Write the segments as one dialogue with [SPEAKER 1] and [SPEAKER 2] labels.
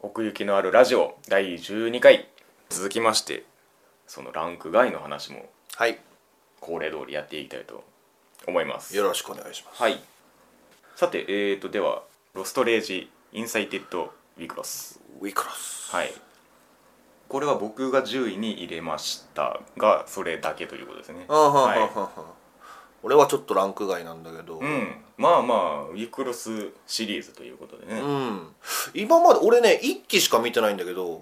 [SPEAKER 1] 奥行きのあるラジオ第12回続きましてそのランク外の話も
[SPEAKER 2] はい
[SPEAKER 1] 恒例通りやっていきたいと思います
[SPEAKER 2] よろしくお願いします
[SPEAKER 1] はいさてえーとではロストレージインサイテッドウィクロス
[SPEAKER 2] ウィクロス
[SPEAKER 1] はいこれは僕が10位に入れましたがそれだけということですね
[SPEAKER 2] あーはんはんはん
[SPEAKER 1] はい
[SPEAKER 2] はん俺はちょっとランク外なんだけどう、
[SPEAKER 1] うんんまあまあウィクロスシリーズということでね、
[SPEAKER 2] 今まで俺ね1期しか見てないんだ けど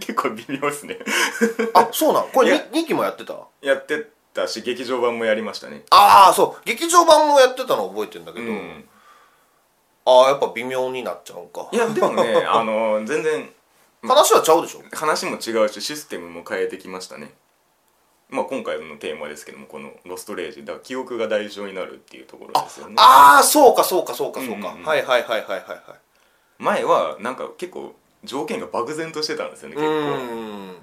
[SPEAKER 1] 結構微妙ですね
[SPEAKER 2] あそうなんこ
[SPEAKER 1] い
[SPEAKER 2] れ
[SPEAKER 1] や
[SPEAKER 2] 2, 期もやってた
[SPEAKER 1] やってたし劇場版もやりましたね
[SPEAKER 2] ああそう劇場版もやってたの覚えてんだけ
[SPEAKER 1] う
[SPEAKER 2] ど、
[SPEAKER 1] ん
[SPEAKER 2] ああやっぱ微妙になっちゃうんか
[SPEAKER 1] いやでも ねあの全然
[SPEAKER 2] 話はちゃうでしょ
[SPEAKER 1] 話も違うしシステムも変えてきましたねまあ今回のテーマですけどもこの「ロストレージ」だから記憶が代償になるっていうところですよね
[SPEAKER 2] ああそうかそうかそうかそうか、
[SPEAKER 1] うんうんうん
[SPEAKER 2] はいはいはいはいはいはい
[SPEAKER 1] 前はなんか結構条件が漠然としてたんですよね
[SPEAKER 2] う
[SPEAKER 1] 結構
[SPEAKER 2] ーん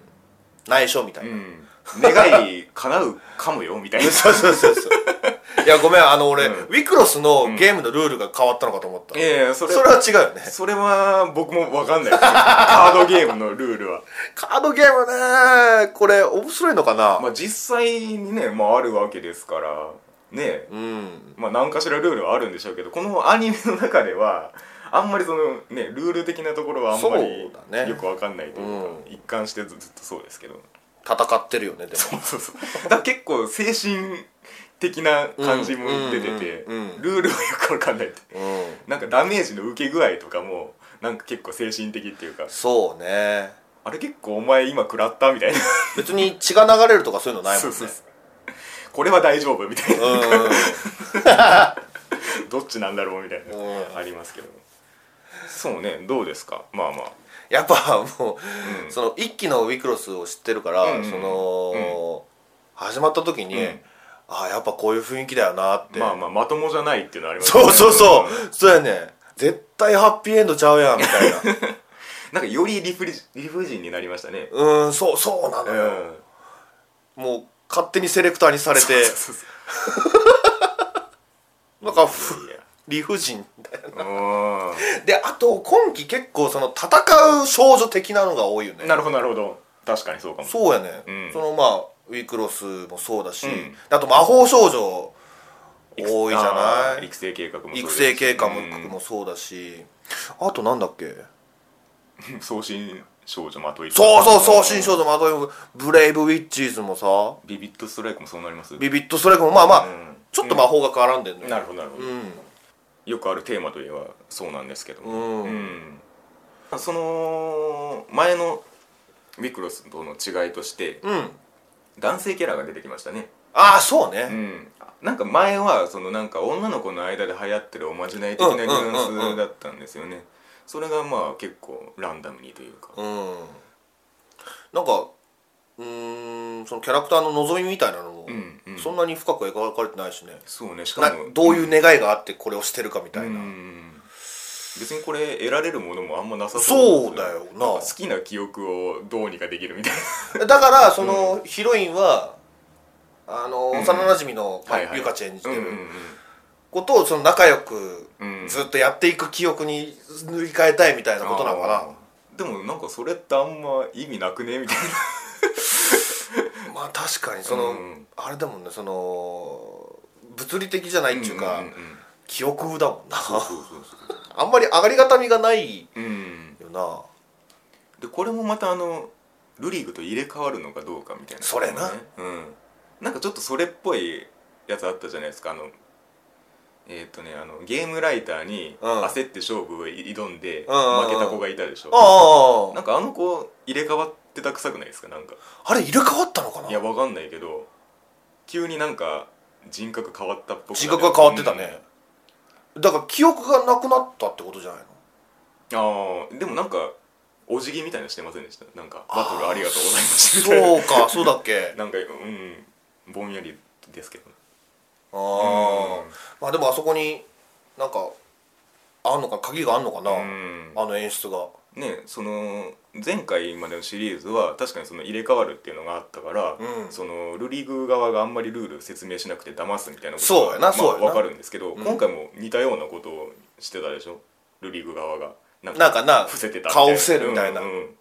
[SPEAKER 2] 内緒みたいな、
[SPEAKER 1] うん 願い叶うかもよみた いな
[SPEAKER 2] そうそうそうそういやごめんあの俺、
[SPEAKER 1] うん
[SPEAKER 2] ウィクロスのゲームのルールが変わったのかと思った、
[SPEAKER 1] いやいやそ
[SPEAKER 2] そ
[SPEAKER 1] れ
[SPEAKER 2] れは違うよね
[SPEAKER 1] それは僕も分かんないです ねカードゲームのルールは
[SPEAKER 2] カードゲームねこれ面白いのかな、
[SPEAKER 1] まあ実際にね、まあ、あるわけですからね
[SPEAKER 2] うん
[SPEAKER 1] まあ何かしらルールはあるんでしょうけどこのアニメの中ではあんまりそのねルール的なところはあんまり
[SPEAKER 2] そうだね
[SPEAKER 1] よくわかんないというか
[SPEAKER 2] う
[SPEAKER 1] 一貫してずずっとそうですけど
[SPEAKER 2] 戦ってるよねでも
[SPEAKER 1] そうそうそうだから結構精神的な感じも出てて
[SPEAKER 2] うんうんうんうん
[SPEAKER 1] ルールはよくわかんないって
[SPEAKER 2] うん
[SPEAKER 1] なんかダメージの受け具合とかもなんか結構精神的っていうか
[SPEAKER 2] そうね
[SPEAKER 1] あれ結構お前今食らったみたいな
[SPEAKER 2] 別に血が流れるとかそういうのないもんね
[SPEAKER 1] そうそうそうこれは大丈夫みたいなどっちなんだろうみたいな
[SPEAKER 2] うん
[SPEAKER 1] ありますけどそうねどうですかまあまあ
[SPEAKER 2] やっぱもう、
[SPEAKER 1] うん
[SPEAKER 2] その一期のウィクロスを知ってるから、
[SPEAKER 1] うんうん
[SPEAKER 2] その、始まった時に、
[SPEAKER 1] うん
[SPEAKER 2] ああやっぱこういう雰囲気だよなって、
[SPEAKER 1] まあまあまともじゃないっていうのはありますよ
[SPEAKER 2] そうそ
[SPEAKER 1] ん
[SPEAKER 2] うそうそうやね絶対ハッピーエンドちゃうやんみたい
[SPEAKER 1] な
[SPEAKER 2] な
[SPEAKER 1] んかより理不理理不尽になりましたね
[SPEAKER 2] うーんそうそうなの
[SPEAKER 1] う
[SPEAKER 2] よ、
[SPEAKER 1] ん
[SPEAKER 2] もう勝手にセレクターにされ て
[SPEAKER 1] そうそう
[SPEAKER 2] なんか
[SPEAKER 1] そう
[SPEAKER 2] ふ
[SPEAKER 1] いや
[SPEAKER 2] 理不尽だよ
[SPEAKER 1] う
[SPEAKER 2] であと今期結構その戦う少女的なのが多いよね
[SPEAKER 1] んなるほどなるほど確かにそうかも
[SPEAKER 2] そうやね、
[SPEAKER 1] うん
[SPEAKER 2] そのまあウィクロスもそうだし、
[SPEAKER 1] うん
[SPEAKER 2] あと魔法少女多いじゃ
[SPEAKER 1] あー
[SPEAKER 2] ない
[SPEAKER 1] 育成計画もそうです
[SPEAKER 2] 育成経過も,、
[SPEAKER 1] うん
[SPEAKER 2] もそうだしあとなんだっけ
[SPEAKER 1] 送信少女まとい
[SPEAKER 2] そうそうそう新少女まといブレイブウィッチーズもさ
[SPEAKER 1] ビビットストライクもそうなります
[SPEAKER 2] ビビットストライクもまあまあ、
[SPEAKER 1] うん
[SPEAKER 2] ちょっと魔法が絡んでんの
[SPEAKER 1] な
[SPEAKER 2] よ、
[SPEAKER 1] るほどなるほど
[SPEAKER 2] うん
[SPEAKER 1] よくあるテーマといえばそうなんですけども、
[SPEAKER 2] うん
[SPEAKER 1] うんその前のウィクロスとの違いとして
[SPEAKER 2] うん、
[SPEAKER 1] 男性キャラが出てきましたね、
[SPEAKER 2] ああそう
[SPEAKER 1] う
[SPEAKER 2] ね、
[SPEAKER 1] ん、なんか前はそのなんか女の子の間で流行ってるおまじない的なニュ
[SPEAKER 2] うんうんうん
[SPEAKER 1] ア
[SPEAKER 2] う
[SPEAKER 1] ンス
[SPEAKER 2] ん
[SPEAKER 1] だったんですよねそれがまあ結構ランダムにというか、
[SPEAKER 2] うんなんかうーんそのキャラクターの望みみたいなのも、
[SPEAKER 1] うんうん
[SPEAKER 2] そんなに深く描かれてないしね
[SPEAKER 1] そうねしか
[SPEAKER 2] な
[SPEAKER 1] も
[SPEAKER 2] どういう願いがあってこれをしてるかみ
[SPEAKER 1] う
[SPEAKER 2] たいな、
[SPEAKER 1] ん別にこれ得られるものもあんまなさ
[SPEAKER 2] そう
[SPEAKER 1] です
[SPEAKER 2] だよ
[SPEAKER 1] なん
[SPEAKER 2] な
[SPEAKER 1] か好きな記憶をどうにかできるみたいな
[SPEAKER 2] だからそのヒロインはあの
[SPEAKER 1] ん
[SPEAKER 2] 幼なじみの、まあ
[SPEAKER 1] はいはい
[SPEAKER 2] ゆかちゃん演じて
[SPEAKER 1] うんうん
[SPEAKER 2] ることをその仲良く
[SPEAKER 1] うんうん
[SPEAKER 2] ずっとやっていく記憶に塗り替えたいみたいなことなのかな
[SPEAKER 1] あーでもなんかそれってあんま意味なくねみたい
[SPEAKER 2] まあ確かにその、
[SPEAKER 1] うん
[SPEAKER 2] あれだもんねその物理的じゃないっ
[SPEAKER 1] な
[SPEAKER 2] ていうか、
[SPEAKER 1] んんん
[SPEAKER 2] 記憶だもんな
[SPEAKER 1] そうそうそうそ
[SPEAKER 2] あんまり上がりがたみがないう
[SPEAKER 1] うん
[SPEAKER 2] よな
[SPEAKER 1] でこれもまたあのルリーグと入れ替わるのかどうかみたいな
[SPEAKER 2] それな
[SPEAKER 1] うんなんかちょっとそれっぽいやつあったじゃないですかあのえーっ、とねあのゲームライターに
[SPEAKER 2] うん
[SPEAKER 1] 焦って勝負を挑んで
[SPEAKER 2] うんうんうん
[SPEAKER 1] 負けた子がいたでしょ、
[SPEAKER 2] あ
[SPEAKER 1] なんかあの子入れ替わってたくさくないですかなんか
[SPEAKER 2] ああれ入れ替わったのかない
[SPEAKER 1] やわかんないけど急になんか人格変わったっぽくな
[SPEAKER 2] 自覚が変わってたね、だから記憶がなくなったってことじゃないの
[SPEAKER 1] ああでもなんかお辞儀みたいなのしてませんでしたなんかバトルありがとうございましたみたいな
[SPEAKER 2] そうかそうだっけ
[SPEAKER 1] なんかうんぼんやりですけど
[SPEAKER 2] ああまあでもあそこになんかあんのか鍵があんのかな、
[SPEAKER 1] うん
[SPEAKER 2] あの演出が
[SPEAKER 1] ねその前回までのシリーズは確かにその入れ替わるっていうのがあったから、
[SPEAKER 2] うん
[SPEAKER 1] そのルリーグ側があんまりルール説明しなくて騙すみたいなこと
[SPEAKER 2] そうやな
[SPEAKER 1] まあ
[SPEAKER 2] そうやな
[SPEAKER 1] わかるんですけど、
[SPEAKER 2] うん
[SPEAKER 1] 今回も似たようなことをしてたでしょルリーグ側がなん
[SPEAKER 2] なんかな
[SPEAKER 1] 伏せてたみたいな
[SPEAKER 2] 顔伏せるみたいな、
[SPEAKER 1] うんうん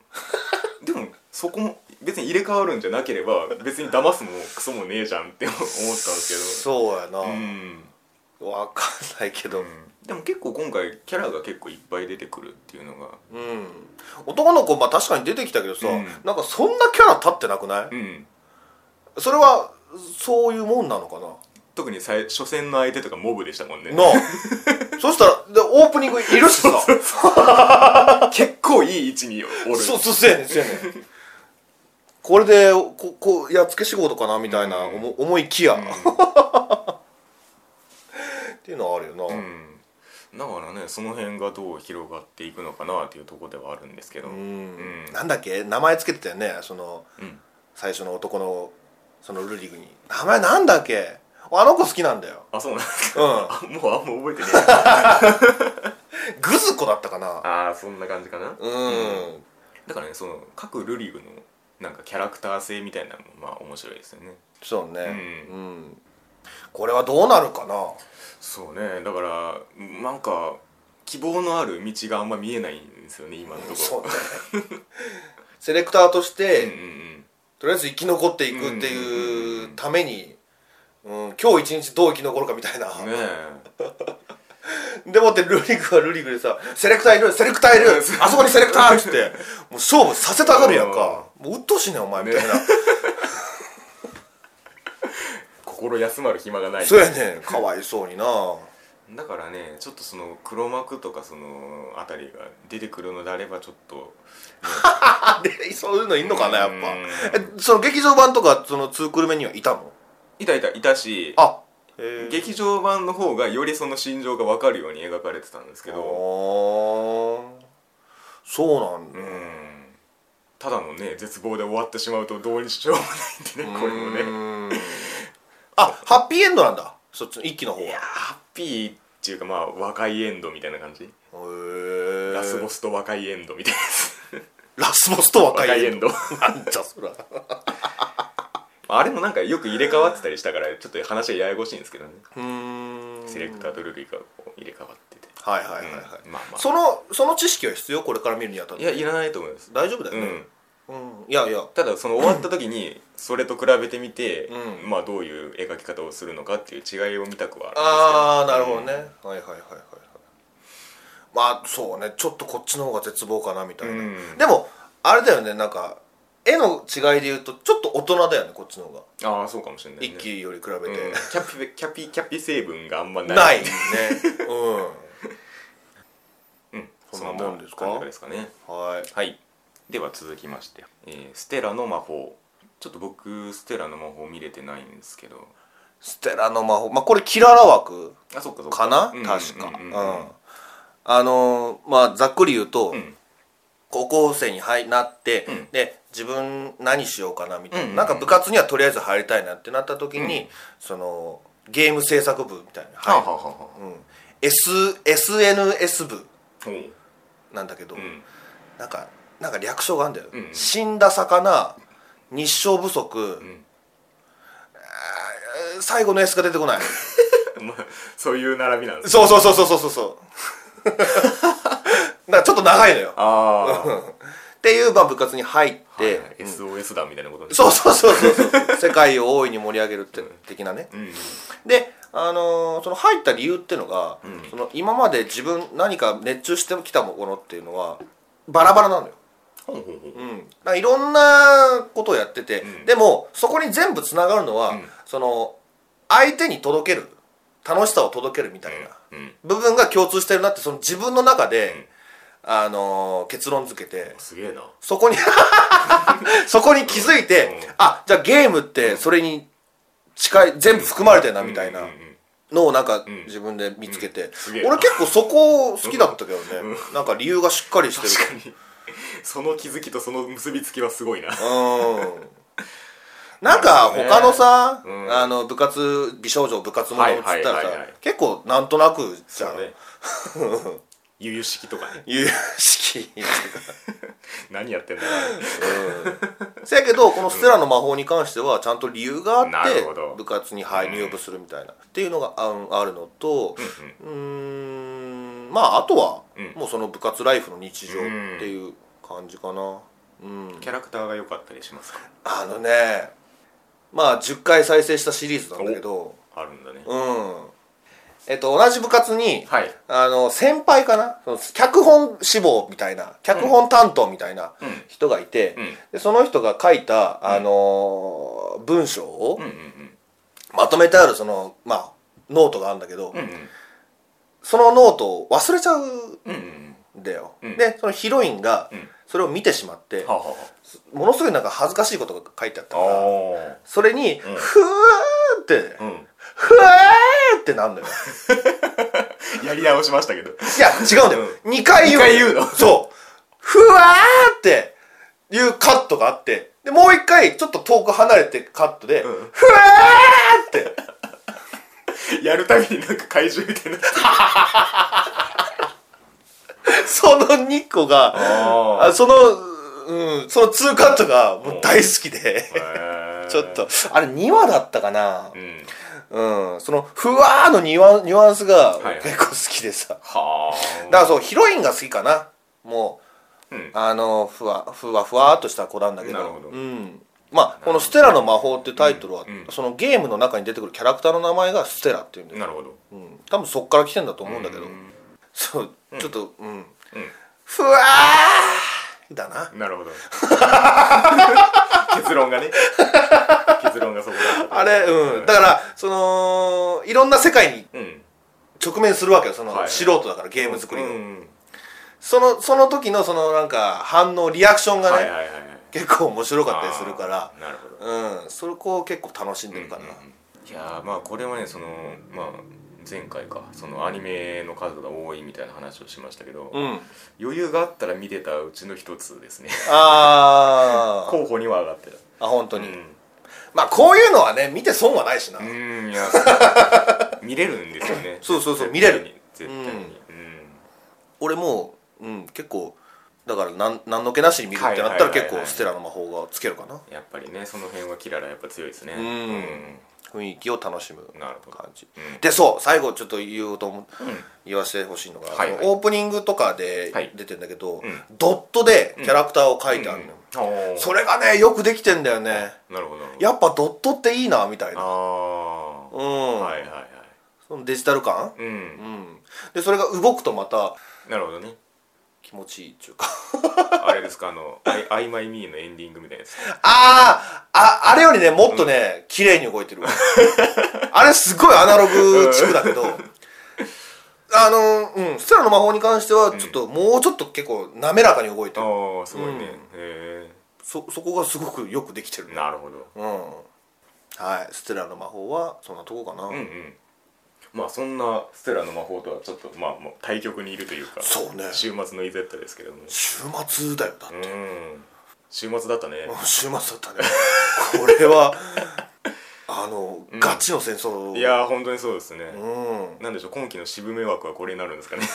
[SPEAKER 1] でもそこも別に入れ替わるんじゃなければ別に騙すもクソもねえじゃんって思ったんです
[SPEAKER 2] そうやな、
[SPEAKER 1] けど
[SPEAKER 2] わ
[SPEAKER 1] うん
[SPEAKER 2] 分かんないけど
[SPEAKER 1] でも結構今回キャラが結構いっぱい出てくるっていうのが
[SPEAKER 2] うん、男の子まあ確かに出てきたけどさ、
[SPEAKER 1] うん
[SPEAKER 2] なんかそんなキャラ立ってなくない、
[SPEAKER 1] うん
[SPEAKER 2] それはそういうもんなのかな
[SPEAKER 1] 特に最初戦の相手とかモブでしたもんね
[SPEAKER 2] なあそしたらでオープニングいるしさ
[SPEAKER 1] 結構いい位置におる
[SPEAKER 2] そうそうそうやねんそうやねんこれでここうやっつけ仕事かなみたいな
[SPEAKER 1] うん
[SPEAKER 2] 思,、思いきや、っ
[SPEAKER 1] う
[SPEAKER 2] ていうのはあるよな、
[SPEAKER 1] んうんだからねその辺がどう広がっていくのかなっていうところではあるんですけど
[SPEAKER 2] うん
[SPEAKER 1] うん
[SPEAKER 2] なんだっけ名前つけてたよねその
[SPEAKER 1] うん
[SPEAKER 2] 最初の男のそのルリグに名前なんだっけあの子好きなんだよ
[SPEAKER 1] あそうなんです
[SPEAKER 2] う
[SPEAKER 1] か
[SPEAKER 2] ん
[SPEAKER 1] あもうあんま覚えてねえ
[SPEAKER 2] グズ子だったかな
[SPEAKER 1] ああそんな感じかな
[SPEAKER 2] うん、
[SPEAKER 1] だからねその各ルリグのなんかキャラクター性みたいなのもまあ面白いですよね
[SPEAKER 2] そうねうん、これはどうなるかな
[SPEAKER 1] そうねだからなんか希望のある道があんま見えないんですよね今のところ
[SPEAKER 2] そうねセレクターとして、
[SPEAKER 1] うんうんうん
[SPEAKER 2] とりあえず生き残っていくっていうために、うん、今日一日どう生き残るかみたいな、
[SPEAKER 1] ねえ
[SPEAKER 2] でもってルリグはルリグでさ「セレクターいるセレクターいる
[SPEAKER 1] うん
[SPEAKER 2] あそこにセレク ター!」っつってもう勝負させたがるやんかもう鬱陶しいねんお前みたいな、
[SPEAKER 1] 心休まる暇がない
[SPEAKER 2] そうやねんかわいそうにな
[SPEAKER 1] だからねちょっとその黒幕とかそのあたりが出てくるのであればちょっと
[SPEAKER 2] あでそういうのいんのかなやっぱ
[SPEAKER 1] う
[SPEAKER 2] えその劇場版とかその2クルメにはいたの
[SPEAKER 1] いたいたいたし
[SPEAKER 2] あへ
[SPEAKER 1] 劇場版の方がよりその心情が分かるように描かれてたんですけ
[SPEAKER 2] あ
[SPEAKER 1] ど
[SPEAKER 2] ーそうなんだ、
[SPEAKER 1] うんただのね絶望で終わってしまうとどうにしようもないんで ねこれもね
[SPEAKER 2] もねあハッピーエンドなんだそっちの一期の方はへ
[SPEAKER 1] いやーハッピーっていうかまあ和解エンドみたいな感じ
[SPEAKER 2] え
[SPEAKER 1] ラスボ
[SPEAKER 2] ス
[SPEAKER 1] スと和解エンドみたいなや つ
[SPEAKER 2] ラスボスと
[SPEAKER 1] 和
[SPEAKER 2] 若い
[SPEAKER 1] 解エ
[SPEAKER 2] エン
[SPEAKER 1] ン
[SPEAKER 2] ド
[SPEAKER 1] ド
[SPEAKER 2] なんじゃそら
[SPEAKER 1] あれもなんかよく入れ替わってたり したからちょっと話がややこしいんですけどね
[SPEAKER 2] うー ん
[SPEAKER 1] セレクターとルリがこう入れ替わってて
[SPEAKER 2] はいはいはいはい、
[SPEAKER 1] うんまあまあ
[SPEAKER 2] そのその知識は必要これから見るにあたっ
[SPEAKER 1] い
[SPEAKER 2] て
[SPEAKER 1] やいらないと思います、
[SPEAKER 2] 大丈夫だ
[SPEAKER 1] う
[SPEAKER 2] よね
[SPEAKER 1] ん、
[SPEAKER 2] うん、いやいや
[SPEAKER 1] ただその終わった時にそれと比べてみて、
[SPEAKER 2] うん
[SPEAKER 1] まあどういう描き方をするのかっていう違いを見たくは
[SPEAKER 2] あ
[SPEAKER 1] あ
[SPEAKER 2] あなる
[SPEAKER 1] るんです
[SPEAKER 2] ほ
[SPEAKER 1] けど
[SPEAKER 2] どね、はいはいはいはいはいまあそうねちょっとこっちの方が絶望かなみたいな、
[SPEAKER 1] うん
[SPEAKER 2] でもあれだよねなんか絵の違いで言うとちょっと大人だよねこっちの方が
[SPEAKER 1] ああそうかもしれない、ね、
[SPEAKER 2] 一期より比べ
[SPEAKER 1] うん、キ
[SPEAKER 2] て、
[SPEAKER 1] ャピキャピキャピ成分があんまない
[SPEAKER 2] ないねう
[SPEAKER 1] うん、
[SPEAKER 2] そんなもんですか
[SPEAKER 1] そな感じですかね
[SPEAKER 2] んはい
[SPEAKER 1] はいでは続きまして、えーステラの魔法」ちょっと僕ステラの魔法見れてないんですけど
[SPEAKER 2] ステラの魔法まあこれキララ枠
[SPEAKER 1] あそっかそっ
[SPEAKER 2] かな、
[SPEAKER 1] うん
[SPEAKER 2] 確かう
[SPEAKER 1] うんんうんうん
[SPEAKER 2] あのーまあざっくり言うと、
[SPEAKER 1] うん
[SPEAKER 2] 高校生に入なって、
[SPEAKER 1] うん
[SPEAKER 2] で自分何しようかなみたいな、
[SPEAKER 1] うんうん
[SPEAKER 2] なんか部活にはとりあえず入りたいなってなった時に、
[SPEAKER 1] うん
[SPEAKER 2] そのゲーム制作部みたいなのに
[SPEAKER 1] はあはあ
[SPEAKER 2] 入
[SPEAKER 1] はあはあ
[SPEAKER 2] る、うん S SNS 部
[SPEAKER 1] ほう
[SPEAKER 2] なんだけど、
[SPEAKER 1] うん
[SPEAKER 2] なんかなんか略称があるんだよ、
[SPEAKER 1] うんうん
[SPEAKER 2] 死んだ魚日照不足、
[SPEAKER 1] ん
[SPEAKER 2] えー最後の S が出てこない
[SPEAKER 1] まあ、 そういう並びなん ですね
[SPEAKER 2] そうそうそうそうそうそうそう なんかちょっと長いのよ
[SPEAKER 1] ああ
[SPEAKER 2] っていう、まあ、部活に入って、
[SPEAKER 1] はいはい SOS だみたいなことです
[SPEAKER 2] そうそうそうそうそ う世界を大いに盛り上げるって的なね
[SPEAKER 1] う、うん、
[SPEAKER 2] で、あのーその入った理由ってのが、
[SPEAKER 1] うん
[SPEAKER 2] その今まで自分何か熱中してきたものっていうのはバラバラなのよ、
[SPEAKER 1] ほうほうほう
[SPEAKER 2] うん、だからいろんなことをやってて、
[SPEAKER 1] うん
[SPEAKER 2] でもそこに全部つながるのは、
[SPEAKER 1] うん
[SPEAKER 2] その相手に届ける楽しさを届けるみたいな
[SPEAKER 1] うん、
[SPEAKER 2] 部分が共通してるなってその自分の中で、あのー結論付けて
[SPEAKER 1] すげえな
[SPEAKER 2] そこに そこに気づいて、
[SPEAKER 1] うん
[SPEAKER 2] あじゃあゲームってそれに近い全部含まれてんなみたいな
[SPEAKER 1] うんうんうん
[SPEAKER 2] のをなんか
[SPEAKER 1] ん
[SPEAKER 2] 自分で見つけて、
[SPEAKER 1] すげえな
[SPEAKER 2] 俺結構そこ好きだったけどね、なんか理由がしっかりしてる
[SPEAKER 1] 確かにその気づきとその結びつきはすごいな
[SPEAKER 2] うんなんか他のさ、
[SPEAKER 1] うん
[SPEAKER 2] あの部活美少女部活ものっつったらさ、
[SPEAKER 1] はいはいはいはい
[SPEAKER 2] 結構なんとなくじゃん、
[SPEAKER 1] ね悠々式とかね
[SPEAKER 2] 有識
[SPEAKER 1] 何やってんだろうね
[SPEAKER 2] うんせやけどこの「ステラの魔法」に関してはちゃんと理由があ
[SPEAKER 1] な
[SPEAKER 2] って
[SPEAKER 1] るほど
[SPEAKER 2] 部活に入入部するみたいなっていうのがああるのとうーんうんまああとは
[SPEAKER 1] うん
[SPEAKER 2] もうその部活ライフの日常っていう感じかなうん、
[SPEAKER 1] キャラクターが良かったりしますか
[SPEAKER 2] あのねまあ10回再生したシリーズなんだけど
[SPEAKER 1] あるんだね
[SPEAKER 2] うんえっと同じ部活に、
[SPEAKER 1] はい
[SPEAKER 2] あの先輩かなその脚本志望みたいな脚本担当みたいな
[SPEAKER 1] うん
[SPEAKER 2] 人がいて、
[SPEAKER 1] うん
[SPEAKER 2] でその人が書いた、あのー文章を
[SPEAKER 1] うんうん
[SPEAKER 2] まとめてあるその、まあ、ノートがあるんだけど、
[SPEAKER 1] うんうん
[SPEAKER 2] そのノートを忘れちゃう
[SPEAKER 1] うんうん
[SPEAKER 2] んだよ、
[SPEAKER 1] うん
[SPEAKER 2] でそのヒロインが
[SPEAKER 1] うん
[SPEAKER 2] それを見てしまって、
[SPEAKER 1] はあは
[SPEAKER 2] ものすごいなんか恥ずかしいことが書いてあった
[SPEAKER 1] あ
[SPEAKER 2] から
[SPEAKER 1] は
[SPEAKER 2] それ
[SPEAKER 1] ん
[SPEAKER 2] に、ふわーって、
[SPEAKER 1] あう
[SPEAKER 2] ふわーってなんだよ
[SPEAKER 1] んやり直しましたけど
[SPEAKER 2] いや違うんだよ、2回言う
[SPEAKER 1] 二回言うの
[SPEAKER 2] そうふわーっていうカットがあってでもう一回ちょっと遠く離れてカットで、
[SPEAKER 1] うん
[SPEAKER 2] ふわーって
[SPEAKER 1] やるたびになんか怪獣みたいになってる
[SPEAKER 2] その2個があ
[SPEAKER 1] あ
[SPEAKER 2] そのうんその2カットがもう大好きで ちょっとあれ2話だったかな
[SPEAKER 1] うん
[SPEAKER 2] うんそのふわーのニュアンニュアンスが
[SPEAKER 1] はい
[SPEAKER 2] 結構好きでさ、
[SPEAKER 1] はあ
[SPEAKER 2] だからそうヒロインが好きかなもう、
[SPEAKER 1] うん
[SPEAKER 2] あのふわふわふわっとした子なんだけど
[SPEAKER 1] なるほど
[SPEAKER 2] うん、まあこの「ステラの魔法」っていうタイトルは、
[SPEAKER 1] うんうん
[SPEAKER 2] そのゲームの中に出てくるキャラクターの名前がステラっていうんだよ、
[SPEAKER 1] なるほど
[SPEAKER 2] うん、多分そっから来てんだと思うんだけど、
[SPEAKER 1] うん
[SPEAKER 2] そうちょっとうん、
[SPEAKER 1] う
[SPEAKER 2] ふわーだなん
[SPEAKER 1] なる ほど結論がね結論がそこだった
[SPEAKER 2] あれうんだ
[SPEAKER 1] ら
[SPEAKER 2] からそのいろんな世界に
[SPEAKER 1] うん
[SPEAKER 2] 直面するわけよその、
[SPEAKER 1] はい
[SPEAKER 2] 素人だからゲーム作り
[SPEAKER 1] う
[SPEAKER 2] の、
[SPEAKER 1] ん
[SPEAKER 2] そのその時のそのなんか反応リアクションがね、
[SPEAKER 1] はいはいはいはい
[SPEAKER 2] 結構面白かったりするから
[SPEAKER 1] あーなるほど
[SPEAKER 2] うん、それこう結構楽しんでるかな、
[SPEAKER 1] いやーまあこれはねそのまあ前回かそのアニメの数が多いみたいな話をしましたけど、
[SPEAKER 2] うん
[SPEAKER 1] 余裕があったら見てたうちの一つですね
[SPEAKER 2] あー
[SPEAKER 1] 候補には上がってた
[SPEAKER 2] あ本当
[SPEAKER 1] う
[SPEAKER 2] に、
[SPEAKER 1] ん
[SPEAKER 2] まあこういうのはね見て損はないしな、
[SPEAKER 1] うーんいや見れるんですよね
[SPEAKER 2] そうそうそう
[SPEAKER 1] 絶対に
[SPEAKER 2] 見れる
[SPEAKER 1] 絶対に
[SPEAKER 2] 俺もう、うん、結構だからなん何の気なしに見るってなった
[SPEAKER 1] はいはい
[SPEAKER 2] ら
[SPEAKER 1] はいはい
[SPEAKER 2] 結構ステラの魔法がつけるかな
[SPEAKER 1] うんやっぱりねその辺はキララやっぱ強いですね
[SPEAKER 2] うん雰囲気を楽しむ
[SPEAKER 1] なるほど
[SPEAKER 2] 感じ、
[SPEAKER 1] うん
[SPEAKER 2] でそう最後ちょっと言おうと思
[SPEAKER 1] うん
[SPEAKER 2] 言わせてほしいのが、
[SPEAKER 1] はいはい
[SPEAKER 2] あのオープニングとかで
[SPEAKER 1] はい
[SPEAKER 2] 出てんだけど、
[SPEAKER 1] うん
[SPEAKER 2] ドットでキャラクターを描いてあるのよ、
[SPEAKER 1] うん
[SPEAKER 2] それがねよくできてんだよね
[SPEAKER 1] なるほどなるほど
[SPEAKER 2] やっぱドットっていいなみたいな
[SPEAKER 1] あ
[SPEAKER 2] う
[SPEAKER 1] ー
[SPEAKER 2] ん、
[SPEAKER 1] はいはいはい
[SPEAKER 2] そのデジタル感、
[SPEAKER 1] う
[SPEAKER 2] うんん、でそれが動くとまた
[SPEAKER 1] なるほどね
[SPEAKER 2] 気持ちいいっていうか
[SPEAKER 1] あれですかあの「アイマイミーのエンディングみたいなやつ
[SPEAKER 2] あーああれよりねもっとね、綺麗に動いてるあれすごいアナログチックだけどあのうん「ステラの魔法」に関してはちょっと、もうちょっと結構滑らかに動いてる
[SPEAKER 1] ああすごいね、
[SPEAKER 2] うん
[SPEAKER 1] へえ
[SPEAKER 2] そそこがすごくよくできてるね
[SPEAKER 1] なるほど
[SPEAKER 2] うんはい「ステラの魔法」はそんなとこかな、
[SPEAKER 1] うんうんまあそんなステラの魔法とはちょっとまあもう対極にいるというか
[SPEAKER 2] そうね
[SPEAKER 1] 週末のイゼッタですけれども
[SPEAKER 2] 週末だよだって
[SPEAKER 1] うん週末だったね
[SPEAKER 2] 週末だったねこ れはあの、ガチの戦争
[SPEAKER 1] いやー本当にそうですね、
[SPEAKER 2] うん
[SPEAKER 1] なんでしょう今期の渋め枠はこれになるんですか ね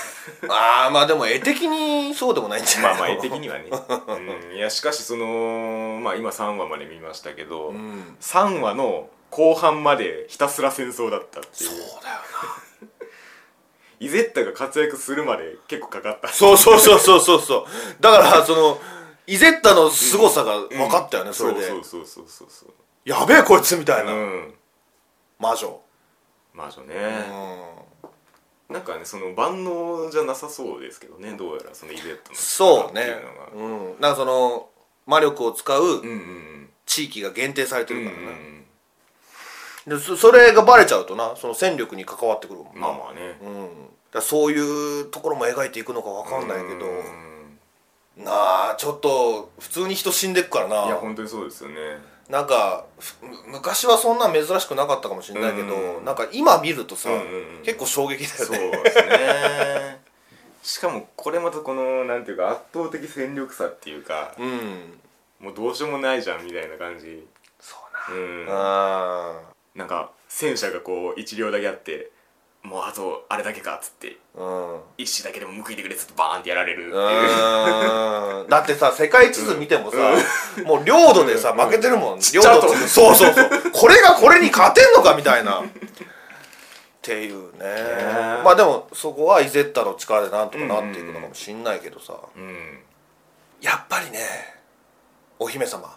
[SPEAKER 2] ああまあでも絵的にそうでもないんじゃない
[SPEAKER 1] まあまあ絵的には ね、うん、いやしかしそのまあ今3話まで見ましたけど、
[SPEAKER 2] うん
[SPEAKER 1] 3話の後半までひたすら戦争だったってい
[SPEAKER 2] そう
[SPEAKER 1] う
[SPEAKER 2] だよ
[SPEAKER 1] イゼッタが活躍するまで結構かかった
[SPEAKER 2] なそうそうそうそうそうそうだからそのイゼッタの凄さが分かったよね、それで
[SPEAKER 1] そうそうそうそうそう
[SPEAKER 2] やべえこいつみたいな、
[SPEAKER 1] うん
[SPEAKER 2] 魔女
[SPEAKER 1] 魔女
[SPEAKER 2] う
[SPEAKER 1] ね、
[SPEAKER 2] ん
[SPEAKER 1] なんかねその万能じゃなさそうですけどねどうやらそのイゼットの
[SPEAKER 2] そうね
[SPEAKER 1] 力っていうのが
[SPEAKER 2] うんなんかその魔力を使う
[SPEAKER 1] うんうん
[SPEAKER 2] 地域が限定されて
[SPEAKER 1] うん
[SPEAKER 2] る
[SPEAKER 1] うん
[SPEAKER 2] から
[SPEAKER 1] うん
[SPEAKER 2] な、でそそれがバレちゃうとなその戦力に関わってくるもんな、
[SPEAKER 1] まあまあね
[SPEAKER 2] うん、だからそういうところも描いていくのかわかんないけど、
[SPEAKER 1] うん
[SPEAKER 2] なあちょっと普通に人死んでっから
[SPEAKER 1] いや
[SPEAKER 2] な
[SPEAKER 1] 本当にそうですよね
[SPEAKER 2] なんかふ昔はそんなん珍しくなかったかもしれないけど、
[SPEAKER 1] うん
[SPEAKER 2] なんか今見るとさ、
[SPEAKER 1] うんうんうん
[SPEAKER 2] 結構衝撃だ
[SPEAKER 1] そう
[SPEAKER 2] よね
[SPEAKER 1] ですねしかもこれまたこのなんていうか圧倒的戦力差っていうか
[SPEAKER 2] うん
[SPEAKER 1] もうどうしようもないじゃんみたいな感じ
[SPEAKER 2] そう
[SPEAKER 1] うん
[SPEAKER 2] なあ
[SPEAKER 1] なんか戦車がこう一両だけあってもうあとあれだけかっつって
[SPEAKER 2] ーうん
[SPEAKER 1] 一種だけでも報いてくれっつってバーンってやられるっていう
[SPEAKER 2] うーんだってさ世界地図見てもさ、もう領土でさ、負けてるもん領
[SPEAKER 1] ちゃい
[SPEAKER 2] 土そうそうそうこれがこれに勝てんのかみたいなっていうね
[SPEAKER 1] え
[SPEAKER 2] まあでもそこはイゼッタの力でなんとかなっていくのかもしんないけどさ、
[SPEAKER 1] うん
[SPEAKER 2] やっぱりねお姫様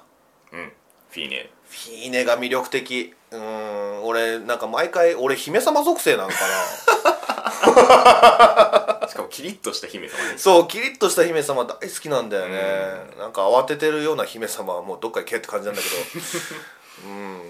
[SPEAKER 1] うんフィーネ
[SPEAKER 2] フィーネが魅力的うーん俺なんか毎回俺姫様属性 なんかな
[SPEAKER 1] しかもキリッとした姫様ね
[SPEAKER 2] そうキリッとした姫様大好きなんだよねなんか慌ててるような姫様はもうどっか行けって感じなんだけ どうん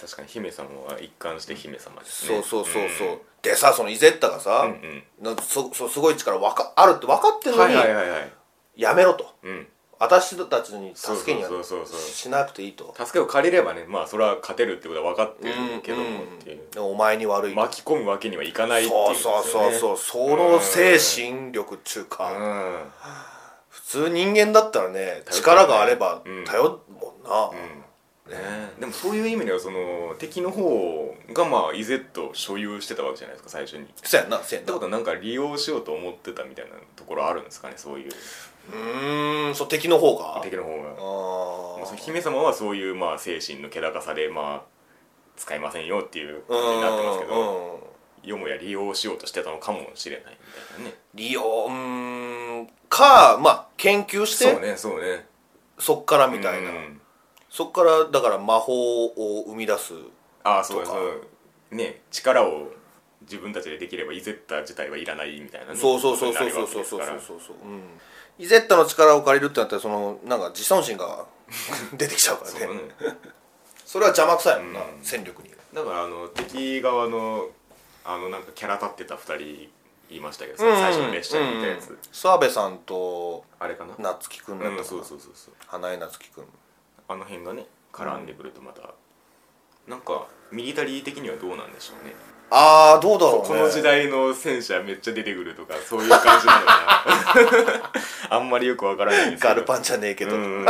[SPEAKER 1] 確かに姫様は一貫して姫様です
[SPEAKER 2] そ
[SPEAKER 1] ね
[SPEAKER 2] うそうそうそう、でさそのイゼッタがさ、
[SPEAKER 1] うんうん
[SPEAKER 2] のそそすごい力わかあるって分かってるの
[SPEAKER 1] は
[SPEAKER 2] に、
[SPEAKER 1] いはいはいはい
[SPEAKER 2] やめろと
[SPEAKER 1] うん
[SPEAKER 2] 私たちに助けには
[SPEAKER 1] そうそうそうそう
[SPEAKER 2] しなくていいと、
[SPEAKER 1] 助けを借りればねまあそれは勝てるってことは分かってる
[SPEAKER 2] うん、
[SPEAKER 1] けども
[SPEAKER 2] うん
[SPEAKER 1] っていう
[SPEAKER 2] でもお前に悪い、
[SPEAKER 1] 巻き込むわけにはいかないっていう
[SPEAKER 2] そうそうそうそううその精神力っちゅうか、
[SPEAKER 1] うん
[SPEAKER 2] 普通人間だったらね力があれば
[SPEAKER 1] うん
[SPEAKER 2] 頼るもんな、
[SPEAKER 1] ねでもそういう意味ではその敵の方がまあ EZ を所有してたわけじゃないですか最初に。っ
[SPEAKER 2] そうやんなそうやん
[SPEAKER 1] て
[SPEAKER 2] な
[SPEAKER 1] ことはなんか利用しようと思ってたみたいなところあるんですかねそういう
[SPEAKER 2] うーんそう敵の方が
[SPEAKER 1] 敵の方が。
[SPEAKER 2] あ
[SPEAKER 1] まあ、その
[SPEAKER 2] ー
[SPEAKER 1] 姫様はそういうまあ精神の気高さでまあ使いませんよっていう感じになってますけど
[SPEAKER 2] うんうん
[SPEAKER 1] よもや利用しようとしてたのかもしれないみたいなね。
[SPEAKER 2] 利用うーんかまあ研究して
[SPEAKER 1] そうねそうね。
[SPEAKER 2] そっからみたいな、
[SPEAKER 1] うん
[SPEAKER 2] そっからだから魔法を生み出す
[SPEAKER 1] ああそうだ
[SPEAKER 2] とか
[SPEAKER 1] そうね力を自分たちでできればイゼッタ自体はいらないみたいなね
[SPEAKER 2] そうそうそうそうそうそうそう
[SPEAKER 1] ことになるわけ
[SPEAKER 2] そう
[SPEAKER 1] ですか
[SPEAKER 2] そうそう、うん、イゼッタの力を借りるってなったらそのなんか自尊心が 出てきちゃうから
[SPEAKER 1] ら
[SPEAKER 2] ね
[SPEAKER 1] そうね
[SPEAKER 2] それは邪魔くさいもんな、
[SPEAKER 1] うん
[SPEAKER 2] 戦力に
[SPEAKER 1] だからあの敵側のあのなんかキャラ立ってた2人いましたけどさ、最初の列車にいたやつ、
[SPEAKER 2] うん澤部さんと
[SPEAKER 1] あれかな
[SPEAKER 2] 夏樹くんだ
[SPEAKER 1] う
[SPEAKER 2] っ
[SPEAKER 1] ん
[SPEAKER 2] たか
[SPEAKER 1] そう
[SPEAKER 2] な
[SPEAKER 1] そうそうそう
[SPEAKER 2] 花江夏樹くん
[SPEAKER 1] あの辺がね絡んでくるとまた、なんかミリタリー的にはどうなんでしょうね
[SPEAKER 2] ああどうだろうね
[SPEAKER 1] この時代の戦車めっちゃ出てくるとかそういう感じなのかな あんまりよくわからないんですけど
[SPEAKER 2] ガルパンじゃねえけど、
[SPEAKER 1] うんうんうん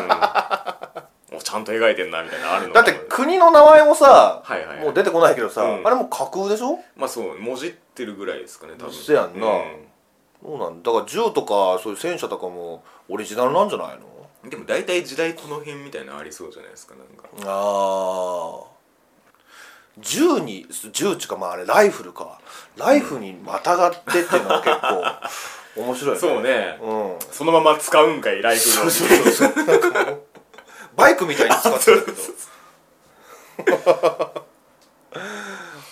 [SPEAKER 1] おちゃんと描いてんなみたいなのあるの
[SPEAKER 2] だ
[SPEAKER 1] か
[SPEAKER 2] っ
[SPEAKER 1] な
[SPEAKER 2] て国の名前もさ、
[SPEAKER 1] はいはいはい
[SPEAKER 2] もう出てこないけどさ、
[SPEAKER 1] うん
[SPEAKER 2] あれも架空でしょ
[SPEAKER 1] まあそうもじってるぐらいですかね多分
[SPEAKER 2] そやんな
[SPEAKER 1] うん
[SPEAKER 2] そうなんだから銃とかそういう戦車とかもオリジナルなんじゃないの
[SPEAKER 1] でも大体時代この辺みたいなのありそうじゃないですかなんか
[SPEAKER 2] ああ銃に銃っちゅうかまああれライフルかライフにまたがってっていうのは結構面白いね
[SPEAKER 1] そうね、
[SPEAKER 2] うん
[SPEAKER 1] そのまま使うんかいライフル
[SPEAKER 2] そうそうそうそうなんかもうバイクみたいに使ってるけど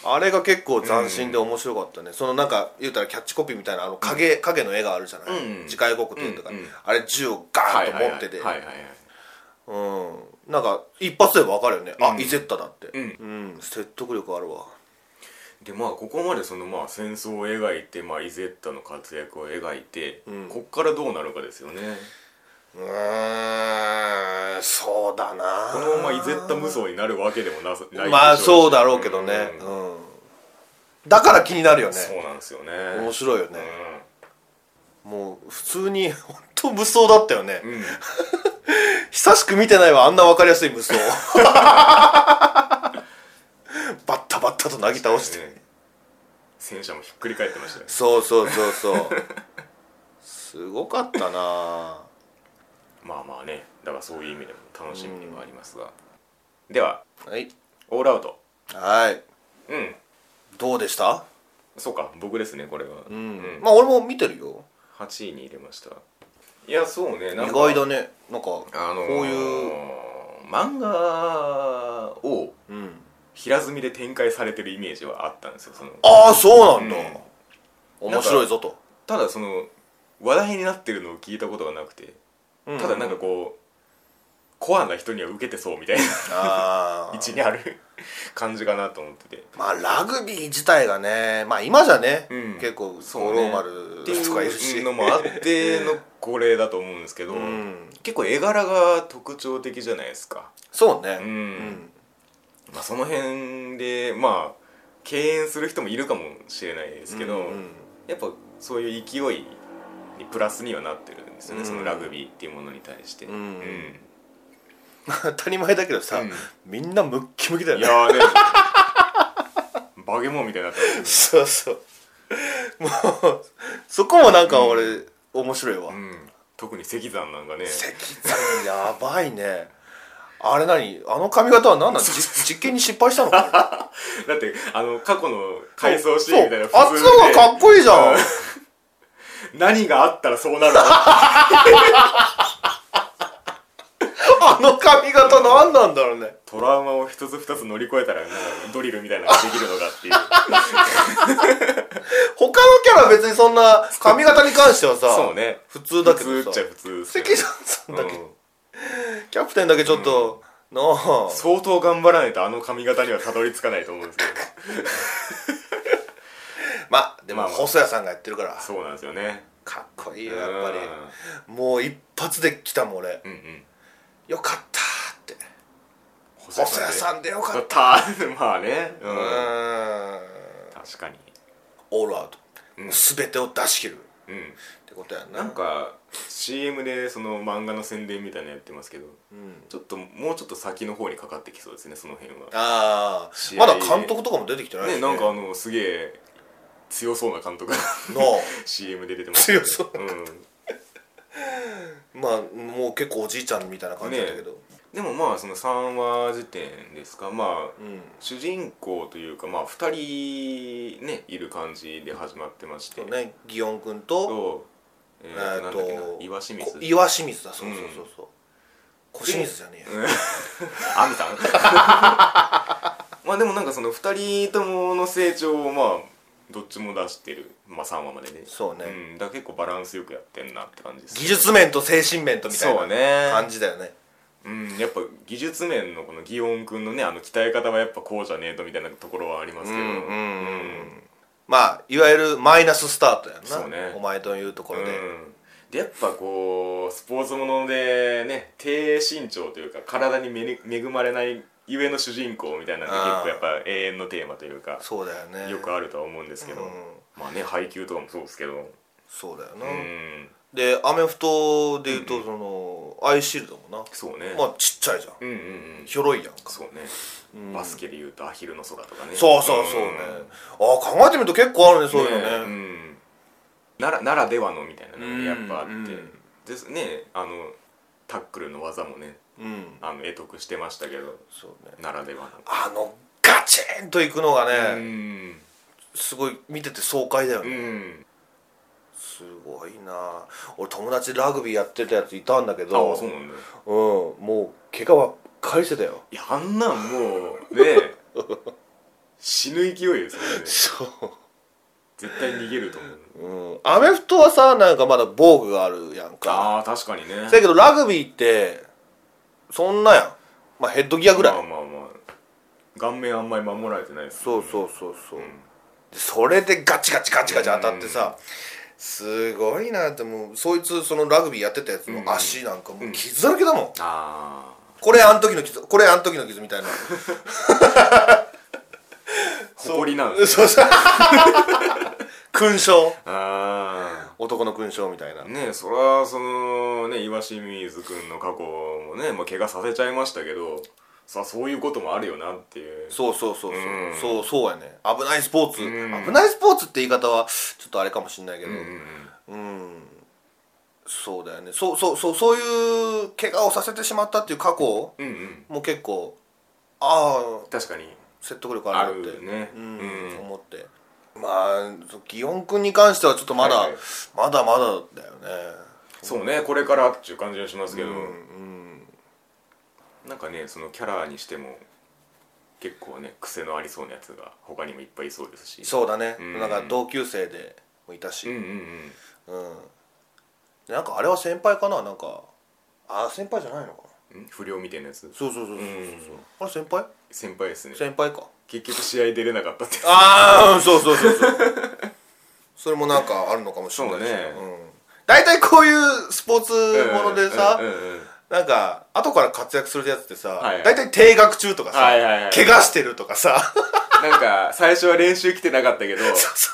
[SPEAKER 2] あれが結構斬新で面白かったね、そのなんか言うたらキャッチコピーみたいなあの影,、影の絵があるじゃない、
[SPEAKER 1] うん
[SPEAKER 2] 次回予告というとか、
[SPEAKER 1] うんうん
[SPEAKER 2] あれ銃をガーンと持ってて、
[SPEAKER 1] はいはいはいはいはいはい
[SPEAKER 2] うんなんか一発で分かるよね、
[SPEAKER 1] う
[SPEAKER 2] あ
[SPEAKER 1] ん
[SPEAKER 2] イゼッタだって
[SPEAKER 1] う
[SPEAKER 2] うん、説得力あるわ
[SPEAKER 1] でまあここまでそのまあ戦争を描いて、まあ、イゼッタの活躍を描いて、
[SPEAKER 2] うん
[SPEAKER 1] こっからどうなるかですよね
[SPEAKER 2] うーんそうだな
[SPEAKER 1] このままイゼッタ無双になるわけでもなさないでしょうし
[SPEAKER 2] まあそうだろうけどね
[SPEAKER 1] う
[SPEAKER 2] うんん、だから気になるよね
[SPEAKER 1] そうなんですよね
[SPEAKER 2] 面白いよね、もう普通に本当無双だったよね、
[SPEAKER 1] うん、うん
[SPEAKER 2] 久しく見てないわあんな分かりやす い無双バッタバッタとなぎ倒して、
[SPEAKER 1] ね戦車もひっくり返ってましたよ
[SPEAKER 2] そうそうそうそうすごかったな
[SPEAKER 1] まあまあねだからそういう意味でも楽しみではありますが、では
[SPEAKER 2] はい
[SPEAKER 1] オールアウト
[SPEAKER 2] はい
[SPEAKER 1] うん
[SPEAKER 2] どうでした
[SPEAKER 1] そうか僕ですねこれはう
[SPEAKER 2] うん、
[SPEAKER 1] ん
[SPEAKER 2] まあ俺も見てるよ
[SPEAKER 1] 8位に入れましたいやそうね
[SPEAKER 2] 意
[SPEAKER 1] なんか
[SPEAKER 2] 外だねなんか、
[SPEAKER 1] あのー
[SPEAKER 2] こういう
[SPEAKER 1] 漫画を
[SPEAKER 2] うん、
[SPEAKER 1] 平積みで展開されてるイメージはあったんですよその
[SPEAKER 2] ああそうなんだ、
[SPEAKER 1] うん
[SPEAKER 2] 面白いぞと
[SPEAKER 1] ただその話題になってるのを聞いたことがなくてただなんかこうコアな人には受けてそうみたいな
[SPEAKER 2] あ
[SPEAKER 1] 位置
[SPEAKER 2] あ
[SPEAKER 1] にある感じかなと思ってて
[SPEAKER 2] まあラグビー自体がねまあ今じゃね、
[SPEAKER 1] うん
[SPEAKER 2] 結構五
[SPEAKER 1] そう
[SPEAKER 2] 郎
[SPEAKER 1] ね
[SPEAKER 2] 丸
[SPEAKER 1] ってい
[SPEAKER 2] とかいるし
[SPEAKER 1] うのもあってのこれだと思うんですけど、
[SPEAKER 2] うん
[SPEAKER 1] 結構絵柄が特徴的じゃないですか、
[SPEAKER 2] そうね
[SPEAKER 1] うんまあ、その辺でまあ敬遠する人もいるかもしれないですけど、
[SPEAKER 2] うん
[SPEAKER 1] やっぱそういう勢いにプラスにはなってるんですよね、
[SPEAKER 2] うん
[SPEAKER 1] そのラグビーっていうものに対して、
[SPEAKER 2] うんまあ当たり前だけどさ、
[SPEAKER 1] うん
[SPEAKER 2] みんなムッキムキだよ
[SPEAKER 1] い
[SPEAKER 2] ね
[SPEAKER 1] やーねバケモンみたいになってますね
[SPEAKER 2] そうそうもうそこもなんか俺、面白いわ、
[SPEAKER 1] うん、特に石山なんかね
[SPEAKER 2] 石山やばいねあれ何あの髪型は何なんじ実験に失敗した のか
[SPEAKER 1] だってあの過去の回想シーンみたいな
[SPEAKER 2] そうあっちの方がかっこいいじゃん
[SPEAKER 1] 何があったらそうなるの
[SPEAKER 2] あの髪型何なんだろうね
[SPEAKER 1] トラウマを一つ二つ乗り越えたらなんかドリルみたいなのができるのかって いう
[SPEAKER 2] 他のキャラ別にそんな髪型に関してはさ
[SPEAKER 1] そうね
[SPEAKER 2] 普通だけど
[SPEAKER 1] 普通
[SPEAKER 2] さ
[SPEAKER 1] っちゃ普通っすよね
[SPEAKER 2] 関さんさんだけ、
[SPEAKER 1] うん
[SPEAKER 2] キャプテンだけちょっと、なあ
[SPEAKER 1] 相当頑張らないとあの髪型にはたどり着かないと思うんですけど
[SPEAKER 2] まあでも
[SPEAKER 1] まあまあ
[SPEAKER 2] 細谷さんがやってるから
[SPEAKER 1] そうなんですよね
[SPEAKER 2] かっこいいよやっぱりもう一発で来たもん俺
[SPEAKER 1] うんうんうん
[SPEAKER 2] よかったって
[SPEAKER 1] 細
[SPEAKER 2] 細谷さんでよか
[SPEAKER 1] だ
[SPEAKER 2] っ
[SPEAKER 1] ったた まあねう
[SPEAKER 2] うんーん
[SPEAKER 1] 確かに
[SPEAKER 2] オールアウト、
[SPEAKER 1] うん
[SPEAKER 2] 全てを出し切るっ
[SPEAKER 1] うん
[SPEAKER 2] てことやんな
[SPEAKER 1] なんか CM でその漫画の宣伝みたいなのやってますけど
[SPEAKER 2] うん、
[SPEAKER 1] ちょっともうちょっと先の方にかかってきそうですねその辺は
[SPEAKER 2] ああ
[SPEAKER 1] 試合
[SPEAKER 2] まだ監督とかも出てきてないし
[SPEAKER 1] ねなんかあのすげえ強そうな監督が
[SPEAKER 2] なあ
[SPEAKER 1] CM で出てましたけど
[SPEAKER 2] 強そう
[SPEAKER 1] うん
[SPEAKER 2] まあもう結構おじいちゃんみたいな感じだったけど、
[SPEAKER 1] でもまあその3話時点ですかまあ
[SPEAKER 2] うん
[SPEAKER 1] 主人公というかまあ2人ねいる感じで始まってまして
[SPEAKER 2] そうね祇園君と
[SPEAKER 1] とえ
[SPEAKER 2] え
[SPEAKER 1] ーとな
[SPEAKER 2] ー
[SPEAKER 1] ん
[SPEAKER 2] と
[SPEAKER 1] だっけな岩清
[SPEAKER 2] こ
[SPEAKER 1] 水
[SPEAKER 2] 岩清水だそうそうそうそう小清水じゃねえよ
[SPEAKER 1] あみさん まあでもなんかその2人ともの成長をまあどっちも出してる、まあ、3話までね
[SPEAKER 2] そうね
[SPEAKER 1] ん、だから結構バランスよくやってんなって感じです
[SPEAKER 2] 技術面と精神面とみたい
[SPEAKER 1] そう
[SPEAKER 2] な
[SPEAKER 1] ね
[SPEAKER 2] 感じだよね
[SPEAKER 1] うんやっぱ技術面のこの祇園くんのねあの鍛え方はやっぱこうじゃねえとみたいなところはありますけど
[SPEAKER 2] うんまあいわゆるマイナススタートやんな
[SPEAKER 1] そうね
[SPEAKER 2] お前というところで、
[SPEAKER 1] うんでやっぱこうスポーツものでね低身長というか体にめに恵まれないゆえの主人公みたいなの
[SPEAKER 2] あ
[SPEAKER 1] が
[SPEAKER 2] ー
[SPEAKER 1] 結構やっぱ永遠のテーマというか
[SPEAKER 2] そうだよね
[SPEAKER 1] よくあるとは思うんですけど、
[SPEAKER 2] うん
[SPEAKER 1] まあね配給とかもそうですけど
[SPEAKER 2] そうだよ
[SPEAKER 1] う
[SPEAKER 2] な、
[SPEAKER 1] ん、
[SPEAKER 2] でアメフトでいうとその、アイシールドもな
[SPEAKER 1] そうね、
[SPEAKER 2] まあちっちゃいじゃん
[SPEAKER 1] うんうんうん
[SPEAKER 2] 広いやんか
[SPEAKER 1] そうね、バスケでいうとアヒルの空とかね
[SPEAKER 2] そうそうそうね、ああ考えてみると結構あるねそういうのね
[SPEAKER 1] ねうん、ならならではのみたいなのがやっぱあって、
[SPEAKER 2] うんうん
[SPEAKER 1] ですねあのタックルの技もね
[SPEAKER 2] うん、
[SPEAKER 1] あの得得してましたけど
[SPEAKER 2] そうね
[SPEAKER 1] ならでは
[SPEAKER 2] あのガチーンといくのが
[SPEAKER 1] の、
[SPEAKER 2] ね、
[SPEAKER 1] ん
[SPEAKER 2] すごい見てて爽快だよ
[SPEAKER 1] う
[SPEAKER 2] ね、
[SPEAKER 1] ん
[SPEAKER 2] すごいな俺友達ラグビーやってたやついたんだ
[SPEAKER 1] あ
[SPEAKER 2] け
[SPEAKER 1] あ
[SPEAKER 2] ど
[SPEAKER 1] そうなんだ
[SPEAKER 2] うんもう怪我ばっかりしてたよ
[SPEAKER 1] いやあんなんも うね死ぬ勢いですよね
[SPEAKER 2] そ
[SPEAKER 1] 絶対逃げると思う
[SPEAKER 2] う、うん、アメフトはさなんかまだ防具があるやんか
[SPEAKER 1] ああ確かにね
[SPEAKER 2] だけどラグビーってそんなやんまあヘッドギアぐらい、
[SPEAKER 1] まあまあまあ顔面あんまり守られてないです
[SPEAKER 2] そう
[SPEAKER 1] う
[SPEAKER 2] そうそうそう、
[SPEAKER 1] ん
[SPEAKER 2] それでガチガチガチガチ当たってさ、すごいなってもうそいつそのラグビーやってたやつの足なんかもう傷だらけだもん、
[SPEAKER 1] あ
[SPEAKER 2] これあん時の傷これあん時の傷みたいな
[SPEAKER 1] あ誇りなんですね
[SPEAKER 2] そうそう勲章
[SPEAKER 1] あ
[SPEAKER 2] 男の勲章みたいな
[SPEAKER 1] あねえそれはそのね岩清水君の過去もね、まあ、怪我させちゃいましたけどさあそういうこともあるよなっていう
[SPEAKER 2] そうそうそうそう、
[SPEAKER 1] うん
[SPEAKER 2] そうそうやね危ないスポーツ、
[SPEAKER 1] うん
[SPEAKER 2] 危ないスポーツって言い方はちょっとあれかもしんないけど
[SPEAKER 1] う
[SPEAKER 2] うんん
[SPEAKER 1] う、んうん
[SPEAKER 2] そうだよねそうそうそうそういう怪我をさせてしまったっていう過去
[SPEAKER 1] うんうん
[SPEAKER 2] も結構ああ
[SPEAKER 1] 確かに
[SPEAKER 2] 説得力あるな
[SPEAKER 1] あ
[SPEAKER 2] って
[SPEAKER 1] るね
[SPEAKER 2] うん
[SPEAKER 1] うん
[SPEAKER 2] 思ってまあそう祇園君に関してはちょっとまだ、
[SPEAKER 1] はいはい
[SPEAKER 2] まだまだだよね
[SPEAKER 1] そうねこれからっていう感じがしますけど、
[SPEAKER 2] うんうん
[SPEAKER 1] なんかねそのキャラにしても結構ね癖のありそうなやつが他にもいっぱいいそうですし
[SPEAKER 2] そうだね、
[SPEAKER 1] うん
[SPEAKER 2] なんか同級生でもいたし、
[SPEAKER 1] うんうんうん
[SPEAKER 2] うんでなんかあれは先輩かななんかあ先輩じゃないのかなん
[SPEAKER 1] 不良みたいなやつ
[SPEAKER 2] そうそうそうそうそう、
[SPEAKER 1] うん
[SPEAKER 2] あれ先輩
[SPEAKER 1] 先輩ですね
[SPEAKER 2] 先輩か
[SPEAKER 1] 結局試合出れなかったって
[SPEAKER 2] ああそうそうそうそう それもなんかあるのかもしれない
[SPEAKER 1] そ
[SPEAKER 2] し
[SPEAKER 1] うね
[SPEAKER 2] うん、大体こういうスポーツものでさ、
[SPEAKER 1] うんうんうんうん
[SPEAKER 2] なんか後から活躍するやつってさ、
[SPEAKER 1] はいはい
[SPEAKER 2] 大体停学中とかさ、
[SPEAKER 1] はいはいはい
[SPEAKER 2] 怪我してるとかさ
[SPEAKER 1] なんか最初は練習来てなか ったけど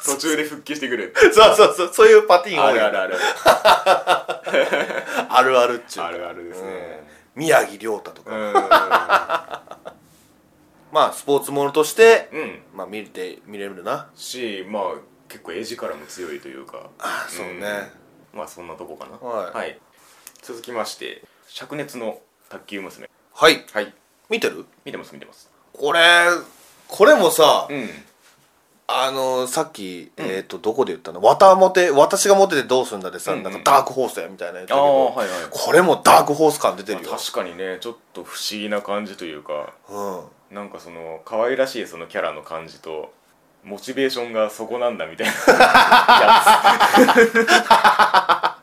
[SPEAKER 1] 途中で復帰してくる
[SPEAKER 2] そうそうそうそういうパティーン
[SPEAKER 1] あ
[SPEAKER 2] 多い
[SPEAKER 1] る
[SPEAKER 2] よ
[SPEAKER 1] あ
[SPEAKER 2] ね
[SPEAKER 1] るあ る
[SPEAKER 2] あるあるっちゅう
[SPEAKER 1] あるあるですね
[SPEAKER 2] 宮城亮太とか、
[SPEAKER 1] うん
[SPEAKER 2] まあスポーツものとして、
[SPEAKER 1] うん
[SPEAKER 2] まあ見れて見れるな
[SPEAKER 1] しまあ結構絵力も強いというか
[SPEAKER 2] あそうね、
[SPEAKER 1] まあそんなとこかな
[SPEAKER 2] はい
[SPEAKER 1] 続きまして灼熱の卓球娘
[SPEAKER 2] はい
[SPEAKER 1] はい
[SPEAKER 2] 見てる
[SPEAKER 1] 見てます見てます
[SPEAKER 2] これこれもさ、
[SPEAKER 1] うん
[SPEAKER 2] あのさっき、えっ、とどこで言ったの「わたもて私がモテてどうするんだ」でさ、
[SPEAKER 1] うんうん
[SPEAKER 2] なんかダークホースやみたいなやつ
[SPEAKER 1] あ
[SPEAKER 2] だけど
[SPEAKER 1] あはいはい
[SPEAKER 2] これもダークホース感出てるよ、
[SPEAKER 1] 確かにねちょっと不思議な感じというか
[SPEAKER 2] うん
[SPEAKER 1] なんかその可愛らしいそのキャラの感じとモチベーションがそこなんだみたいなや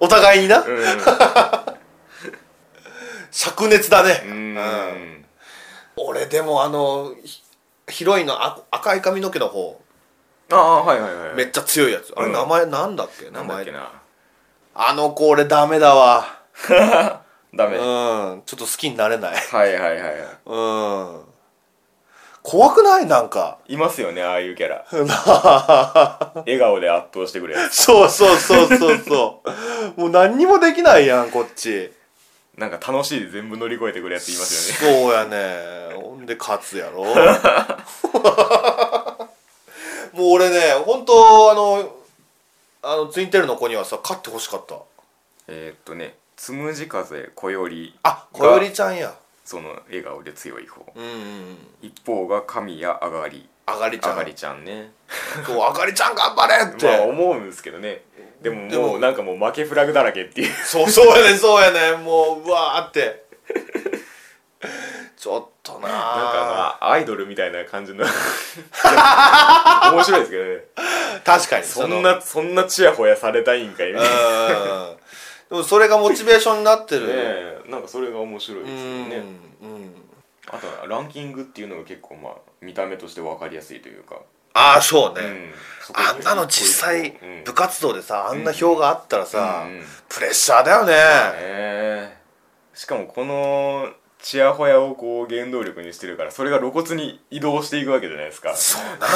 [SPEAKER 2] お互いにな
[SPEAKER 1] つう
[SPEAKER 2] 灼熱だね
[SPEAKER 1] んう
[SPEAKER 2] うん
[SPEAKER 1] ん
[SPEAKER 2] 俺でもあのひヒロインのあ赤い髪の毛の方
[SPEAKER 1] ああはいはいはい
[SPEAKER 2] めっちゃ強いやつあれ
[SPEAKER 1] うん
[SPEAKER 2] 名前なんだっけ、
[SPEAKER 1] な
[SPEAKER 2] 名
[SPEAKER 1] んだっ
[SPEAKER 2] 前
[SPEAKER 1] けな
[SPEAKER 2] あの子俺ダメだわ
[SPEAKER 1] ダ
[SPEAKER 2] う
[SPEAKER 1] メ、はい
[SPEAKER 2] んちょっと好きになれない
[SPEAKER 1] はいはいはい
[SPEAKER 2] うん怖くないなんか
[SPEAKER 1] いますよねああいうキャ ラ
[SPEAKER 2] な
[SPEAKER 1] 笑顔で圧倒してくれる
[SPEAKER 2] そうそうそうそうそうもう何にもできないやんこっち
[SPEAKER 1] なんか楽しいで全部乗り越えてくるやついますよね
[SPEAKER 2] そうやねほんで勝つや ろもう俺ね本当あのあのツインテールの子にはさ勝ってほしかった
[SPEAKER 1] えーっとねつむじ風こより
[SPEAKER 2] あ小よりちゃんや
[SPEAKER 1] その笑顔で強い方
[SPEAKER 2] うんうんうん
[SPEAKER 1] 一方が神谷あがり
[SPEAKER 2] あがりちゃ
[SPEAKER 1] あ
[SPEAKER 2] ん
[SPEAKER 1] がりちゃんね
[SPEAKER 2] そうあかりちゃん頑張れって、
[SPEAKER 1] まあ思うんですけどねでも
[SPEAKER 2] で
[SPEAKER 1] も
[SPEAKER 2] も
[SPEAKER 1] うなんかもう負けフラグだらけっていう
[SPEAKER 2] そうそうやねんそうやねんもううわーって ちょっとな
[SPEAKER 1] なん
[SPEAKER 2] あ
[SPEAKER 1] かまあアイドルみたいな感じ の面白いですけどね
[SPEAKER 2] 確かに
[SPEAKER 1] そ
[SPEAKER 2] の
[SPEAKER 1] んなそんなちやほやされたいんかいみ
[SPEAKER 2] う
[SPEAKER 1] たいなね
[SPEAKER 2] んでもそれがモチベーションになってる、
[SPEAKER 1] えなんかそれが面白いです
[SPEAKER 2] う
[SPEAKER 1] よ
[SPEAKER 2] ん、
[SPEAKER 1] ね
[SPEAKER 2] うん
[SPEAKER 1] あとはランキングっていうのが結構まあ見た目として分かりやすいというか、
[SPEAKER 2] ああそうね、
[SPEAKER 1] うんそこ
[SPEAKER 2] あんなの実際
[SPEAKER 1] うん
[SPEAKER 2] 部活動でさあんな表があったらさ、
[SPEAKER 1] うんうん
[SPEAKER 2] プレッシャーだよね、
[SPEAKER 1] えーしかもこのちやほやをこう原動力にしてるからそれが露骨に移動していくわけじゃないですか
[SPEAKER 2] そうな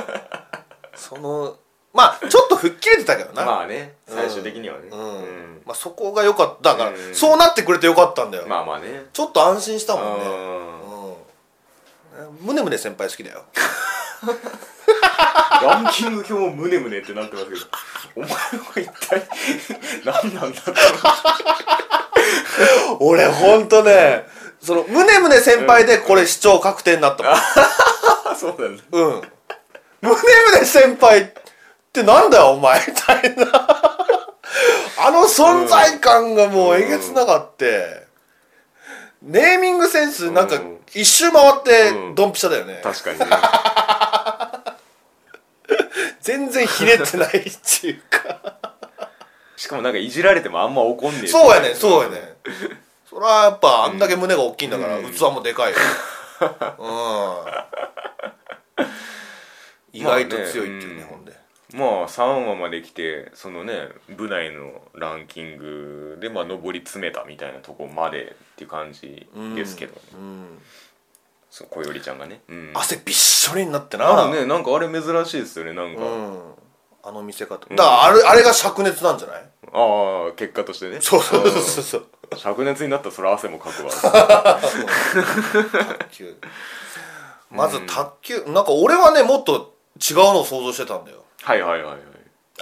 [SPEAKER 2] そのまあちょっと吹っ切れてたけどな、
[SPEAKER 1] まあね最終的にはね、
[SPEAKER 2] うん
[SPEAKER 1] うん
[SPEAKER 2] まあ、そこが良かっただから、
[SPEAKER 1] うん
[SPEAKER 2] そうなってくれて良かったんだよ、
[SPEAKER 1] まあまあね
[SPEAKER 2] ちょっと安心したもんね
[SPEAKER 1] う
[SPEAKER 2] うんムネムネ先輩好きだよ
[SPEAKER 1] んランキング表もムネムネってなってますけどお前は一体 何なんだって
[SPEAKER 2] 俺ほんとねそのムネムネ先輩でこれ視聴確定になった
[SPEAKER 1] あそうなんだ
[SPEAKER 2] もんうんムネムネ先輩ってなんだよお前みたいなあの存在感がもうえげつなかって、ネーミングセンスなんか
[SPEAKER 1] うん
[SPEAKER 2] 一周回って
[SPEAKER 1] うん
[SPEAKER 2] ドンピシャだよね、
[SPEAKER 1] 確かにね
[SPEAKER 2] 全然ひねってないっていうか
[SPEAKER 1] しかもなんかいじられてもあんま怒んねえ
[SPEAKER 2] そうやねんそうや ねんそれはやっぱあんだけ胸が大きいんだから、
[SPEAKER 1] うん
[SPEAKER 2] 器もでか いようん意外と強いっていうね、
[SPEAKER 1] まあね
[SPEAKER 2] ほんで
[SPEAKER 1] まあ3話まで来てそのね部内のランキングでまあ上り詰めたみたいなとこまでっていう感じですけど、ね
[SPEAKER 2] うん
[SPEAKER 1] そう小よりちゃんがね、うん、
[SPEAKER 2] 汗びっしょりになってな、
[SPEAKER 1] あねなんかあれ珍しいですよねなん
[SPEAKER 2] う
[SPEAKER 1] か、
[SPEAKER 2] んあの見せ方だからあれあれが灼熱なんじゃない
[SPEAKER 1] ああ結果としてね
[SPEAKER 2] そうそうそうそう
[SPEAKER 1] うん灼熱になったらそれ汗もかく わ
[SPEAKER 2] 卓球まず卓球なんか俺はねもっと違うのを想像してたんだよ
[SPEAKER 1] はいはいはいはい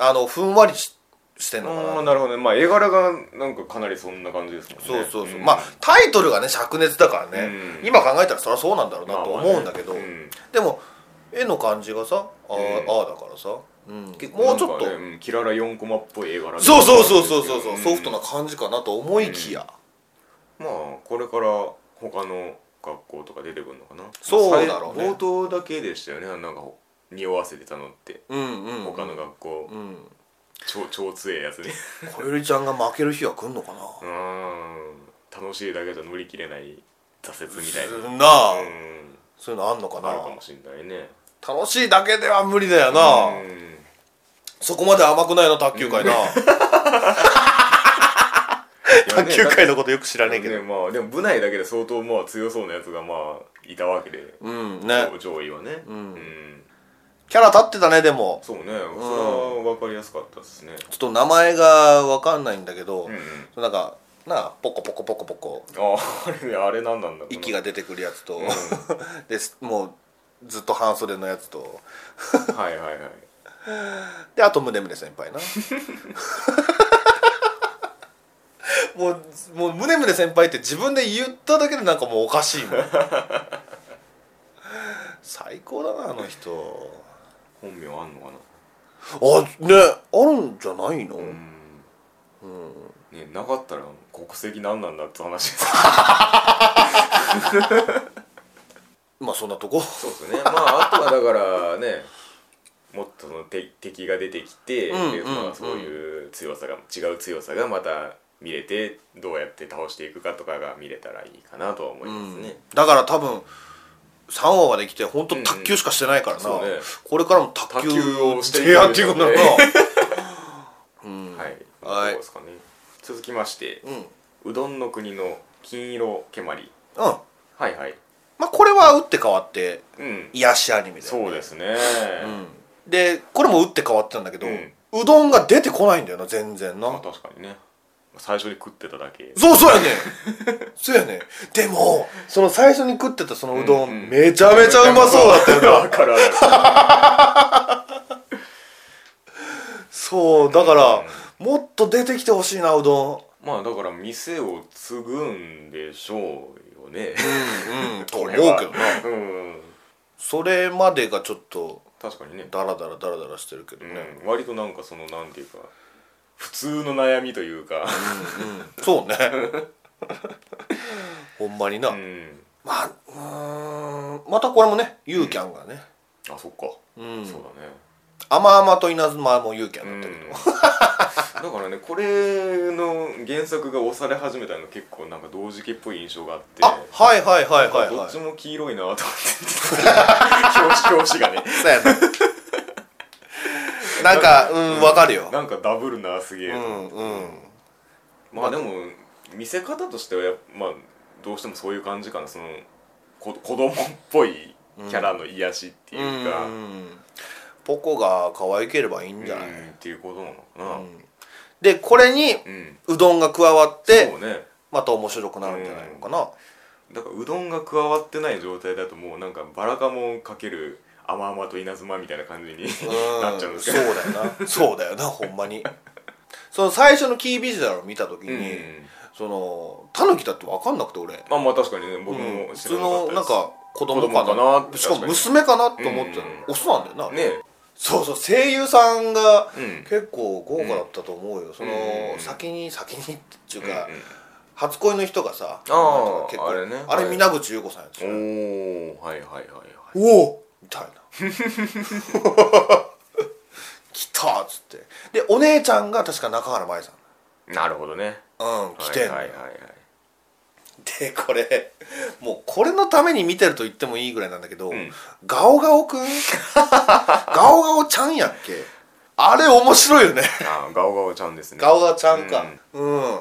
[SPEAKER 2] あのふんわりししてんのかな
[SPEAKER 1] ああなるほどねまあ絵柄がなんかかなりそんな感じですもんね
[SPEAKER 2] そうそうそう、
[SPEAKER 1] ん
[SPEAKER 2] まあタイトルがね灼熱だからね、
[SPEAKER 1] うん
[SPEAKER 2] 今考えたらそりゃそうなんだろうな
[SPEAKER 1] まあ
[SPEAKER 2] と
[SPEAKER 1] まあ
[SPEAKER 2] 思うんだけど、
[SPEAKER 1] ねうん
[SPEAKER 2] でも絵の感じがさあー、
[SPEAKER 1] うん
[SPEAKER 2] あーだからさ、うんもうちょっと、
[SPEAKER 1] なんかねんキララ4コマっぽい絵柄で
[SPEAKER 2] そうそうそうそうそうそう、
[SPEAKER 1] ん
[SPEAKER 2] ソフトな感じかなと思いきや、
[SPEAKER 1] まあこれから他の学校とか出てくるのかな
[SPEAKER 2] そうだろうね
[SPEAKER 1] まあさい冒頭だけでしたよねなんかほ匂わせてたのって
[SPEAKER 2] うんうん
[SPEAKER 1] 他の学校、
[SPEAKER 2] うん
[SPEAKER 1] 超超強いやつ ね
[SPEAKER 2] 小百合ちゃんが負ける日は来んのかな
[SPEAKER 1] うーん楽しいだけじゃ乗り切れない挫折みたいな
[SPEAKER 2] なあ、
[SPEAKER 1] うん
[SPEAKER 2] そういうのあんのかな
[SPEAKER 1] あるかもしんないね
[SPEAKER 2] 楽しいだけでは無理だよな、
[SPEAKER 1] うん
[SPEAKER 2] そこまで甘くないな卓球界な、卓球界のことよく知らねえけど、
[SPEAKER 1] ね、まあでも部内だけで相当まあ強そうなやつがまあいたわけで、
[SPEAKER 2] うんね
[SPEAKER 1] 上上位はね、
[SPEAKER 2] うん
[SPEAKER 1] うん
[SPEAKER 2] キャラ立ってたねでも
[SPEAKER 1] そうねそれは分かりやすかったですね、
[SPEAKER 2] ちょっと名前がわかんないんだけど、
[SPEAKER 1] うんうん
[SPEAKER 2] なんかなあポコポコポコポコ
[SPEAKER 1] あああれあれ何なんだろうな
[SPEAKER 2] 息が出てくるやつと、
[SPEAKER 1] うん
[SPEAKER 2] ですもうずっと半袖のやつと
[SPEAKER 1] はいはいはい
[SPEAKER 2] であとムネムネ先輩なもうもう宗宗先輩って自分で言っただけでなんかもうおかしいもん最高だなあの人
[SPEAKER 1] 本名あんのか
[SPEAKER 2] あねあるんじゃないの、
[SPEAKER 1] なうんねなかったら国籍何なんだって話です
[SPEAKER 2] まあそんなとこ
[SPEAKER 1] そうですねまああとはだからねもっとその敵敵が出てきて、
[SPEAKER 2] うん
[SPEAKER 1] で
[SPEAKER 2] うん
[SPEAKER 1] ま
[SPEAKER 2] うん
[SPEAKER 1] あ、そういう強さが違う強さがまた見れてどうやって倒していくかとかが見れたらいいかなとは思いますね、
[SPEAKER 2] だから多分3話まで来て本当卓球しかしてないからな、
[SPEAKER 1] うんうんそうね
[SPEAKER 2] これからも卓球
[SPEAKER 1] 卓球をしていく
[SPEAKER 2] やっていくんだろうな、
[SPEAKER 1] はい、
[SPEAKER 2] はい
[SPEAKER 1] どうですかね続きまして
[SPEAKER 2] うん、うん、
[SPEAKER 1] うどんの国の金色けまり
[SPEAKER 2] ま
[SPEAKER 1] はいはい
[SPEAKER 2] あこれは打って変わって
[SPEAKER 1] うん
[SPEAKER 2] 癒しアニメだよね
[SPEAKER 1] そうですね、
[SPEAKER 2] うん、でこれも打って変わってたんだけど、う
[SPEAKER 1] うん
[SPEAKER 2] どんが出てこないんだよな全然な、
[SPEAKER 1] まあ確かにね最初に食ってただけ
[SPEAKER 2] そうそうやねんそうやねんでもその最初に食ってたそのうど
[SPEAKER 1] う
[SPEAKER 2] ん、
[SPEAKER 1] んうん
[SPEAKER 2] めちゃめちゃうまそうだった よな
[SPEAKER 1] だから
[SPEAKER 2] そうだから、もっと出てきてほしいなうど
[SPEAKER 1] まあだから店を継ぐんでしょうよね
[SPEAKER 2] んうんと
[SPEAKER 1] こ
[SPEAKER 2] 思うけ
[SPEAKER 1] れは
[SPEAKER 2] ど
[SPEAKER 1] う
[SPEAKER 2] な
[SPEAKER 1] ん
[SPEAKER 2] それまでがちょっと
[SPEAKER 1] 確かにね
[SPEAKER 2] ダラダラダラダラしてるけどね、
[SPEAKER 1] うん、割となんかそのなんていうか普通の悩みというか
[SPEAKER 2] そう ねほんまにな、
[SPEAKER 1] うん
[SPEAKER 2] まあうーんまたこれもねユーキャンがね、
[SPEAKER 1] あそっか、
[SPEAKER 2] うん
[SPEAKER 1] そうだね
[SPEAKER 2] 甘々と稲妻もユーキャ
[SPEAKER 1] うん
[SPEAKER 2] ンだったけど、
[SPEAKER 1] だからねこれの原作が押され始めたのが結構なんか同時期っぽい印象があって
[SPEAKER 2] あはいはいはいはい
[SPEAKER 1] ど
[SPEAKER 2] は
[SPEAKER 1] っ
[SPEAKER 2] い
[SPEAKER 1] ちも黄色いなと思って 表紙表紙がね
[SPEAKER 2] そうやな なんかうんわかるよ
[SPEAKER 1] なんかダブルなすげえ
[SPEAKER 2] う
[SPEAKER 1] と
[SPEAKER 2] ん
[SPEAKER 1] 思って、
[SPEAKER 2] うん
[SPEAKER 1] まあでも見せ方としてはやっぱまあどうしてもそういう感じかなそのこ子供っぽいキャラの癒しって
[SPEAKER 2] う
[SPEAKER 1] いうか、
[SPEAKER 2] んポコが可愛ければいいんじゃない、
[SPEAKER 1] うんっていうことなのかな
[SPEAKER 2] うんでこれに
[SPEAKER 1] うん、
[SPEAKER 2] うどんが加わって
[SPEAKER 1] そうね
[SPEAKER 2] また面白くなるんじゃないのかな、
[SPEAKER 1] だからうどんが加わってない状態だともうなんかバラカモンかける甘々と稲妻みたいな感じに
[SPEAKER 2] うん
[SPEAKER 1] なっちゃうんです
[SPEAKER 2] そ
[SPEAKER 1] け
[SPEAKER 2] う
[SPEAKER 1] ど
[SPEAKER 2] だよなそうだよなほんまにその最初のキービジュアルを見た時に、
[SPEAKER 1] うん
[SPEAKER 2] そのタヌキだって分かんなくて俺、
[SPEAKER 1] まあまあ確かにね僕
[SPEAKER 2] うん
[SPEAKER 1] も
[SPEAKER 2] 普
[SPEAKER 1] 知ら
[SPEAKER 2] 通
[SPEAKER 1] なかったで
[SPEAKER 2] の
[SPEAKER 1] す、
[SPEAKER 2] なんか子供かな
[SPEAKER 1] 子供かな
[SPEAKER 2] しか
[SPEAKER 1] 確か
[SPEAKER 2] も
[SPEAKER 1] に
[SPEAKER 2] 娘かなと思ってたの
[SPEAKER 1] うん
[SPEAKER 2] オスなんだよな、
[SPEAKER 1] ね
[SPEAKER 2] そうそう声優さんが
[SPEAKER 1] うん
[SPEAKER 2] 結構豪華だったと思うよ、その
[SPEAKER 1] うん
[SPEAKER 2] 先に先にっていう
[SPEAKER 1] うん
[SPEAKER 2] か、初恋の人がさ
[SPEAKER 1] あー
[SPEAKER 2] なんか結構
[SPEAKER 1] あれね
[SPEAKER 2] あれ
[SPEAKER 1] はい
[SPEAKER 2] 皆口優子さんやつ
[SPEAKER 1] うんおおはいはいはいはい
[SPEAKER 2] おおみたいな 来たっつってでお姉ちゃんが確か中原舞さん
[SPEAKER 1] なるほどね
[SPEAKER 2] うん来てんのよ、
[SPEAKER 1] はいはいはいはい
[SPEAKER 2] でこれもうこれのために見てると言ってもいいぐらいなんだけど、
[SPEAKER 1] ん
[SPEAKER 2] ガオガオくん ガオガオちゃんやっけあれ面白いよね
[SPEAKER 1] あーガオガオちゃんですね
[SPEAKER 2] ガオガオちゃんかうん、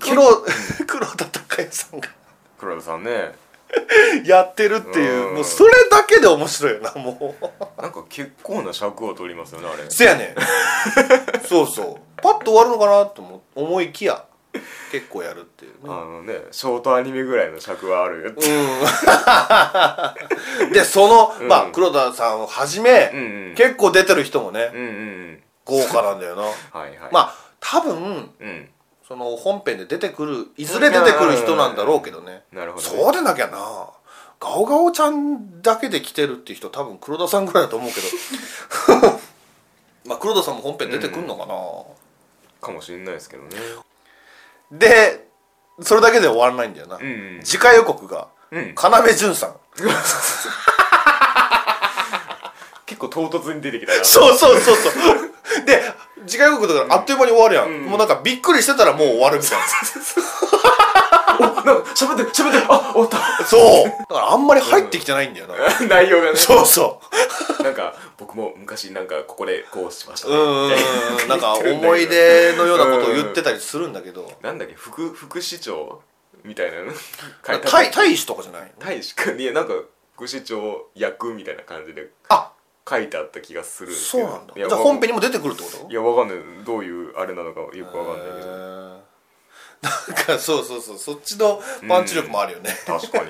[SPEAKER 2] 黒黒田孝也さんが
[SPEAKER 1] 黒田さんね
[SPEAKER 2] やってるっていううんもうそれだけで面白いよなもう
[SPEAKER 1] なんか結構な尺を取りますよねあれ
[SPEAKER 2] せやねんそうそうパッと終わるのかなと思思いきや結構やるっていう
[SPEAKER 1] あ
[SPEAKER 2] ね
[SPEAKER 1] のねショートアニメぐらいの尺はあるよって
[SPEAKER 2] うんでその、
[SPEAKER 1] うん
[SPEAKER 2] まあ黒田さんをはじめ、
[SPEAKER 1] うんうん
[SPEAKER 2] 結構出てる人もね、
[SPEAKER 1] うんうん
[SPEAKER 2] 豪華なんだよな
[SPEAKER 1] はいはい
[SPEAKER 2] まあ多分
[SPEAKER 1] うん
[SPEAKER 2] その本編で出てくるいずれ出てくる人なんだろうけどね
[SPEAKER 1] なるほどね
[SPEAKER 2] そうでなきゃなガオガオちゃんだけで来てるって人多分黒田さんぐらいだと思うけど まあ黒田さんも本編出てくんのかな、
[SPEAKER 1] かもしれないですけどね
[SPEAKER 2] でそれだけで終わらないんだよな、
[SPEAKER 1] うんうん
[SPEAKER 2] 次回予告が
[SPEAKER 1] うん
[SPEAKER 2] 要潤さん
[SPEAKER 1] 結構唐突に出てきたな
[SPEAKER 2] そうそうそうそう で次回予告だからあっという間に終わるやん、
[SPEAKER 1] うん
[SPEAKER 2] もうなんかびっくりしてたらもう終わるみたい
[SPEAKER 1] なんか喋ってる喋ってるあ終わっ
[SPEAKER 2] なそうだからあんまり入ってきてないんだよな、
[SPEAKER 1] た 内容がね
[SPEAKER 2] そうそ
[SPEAKER 1] なんか僕も昔なんかここでこうしました
[SPEAKER 2] う
[SPEAKER 1] ね
[SPEAKER 2] うん なんか思い出のようなことを言ってたりするんだけど
[SPEAKER 1] なんだっけ副副市長みたいなの
[SPEAKER 2] なんか大大使とかじゃない
[SPEAKER 1] 大使くんいやなんか副市長役みたいな感じで
[SPEAKER 2] あ
[SPEAKER 1] 書いてあった気がするんです
[SPEAKER 2] そう
[SPEAKER 1] けど
[SPEAKER 2] なんだ
[SPEAKER 1] い
[SPEAKER 2] じゃ
[SPEAKER 1] や
[SPEAKER 2] あ
[SPEAKER 1] わ
[SPEAKER 2] 本編にも出てくるってこと
[SPEAKER 1] いやわかんないどういうあれなのかよくわかんないけど
[SPEAKER 2] へーなんかそうそうそうそっちのパンチ力もあるよね、
[SPEAKER 1] 確かに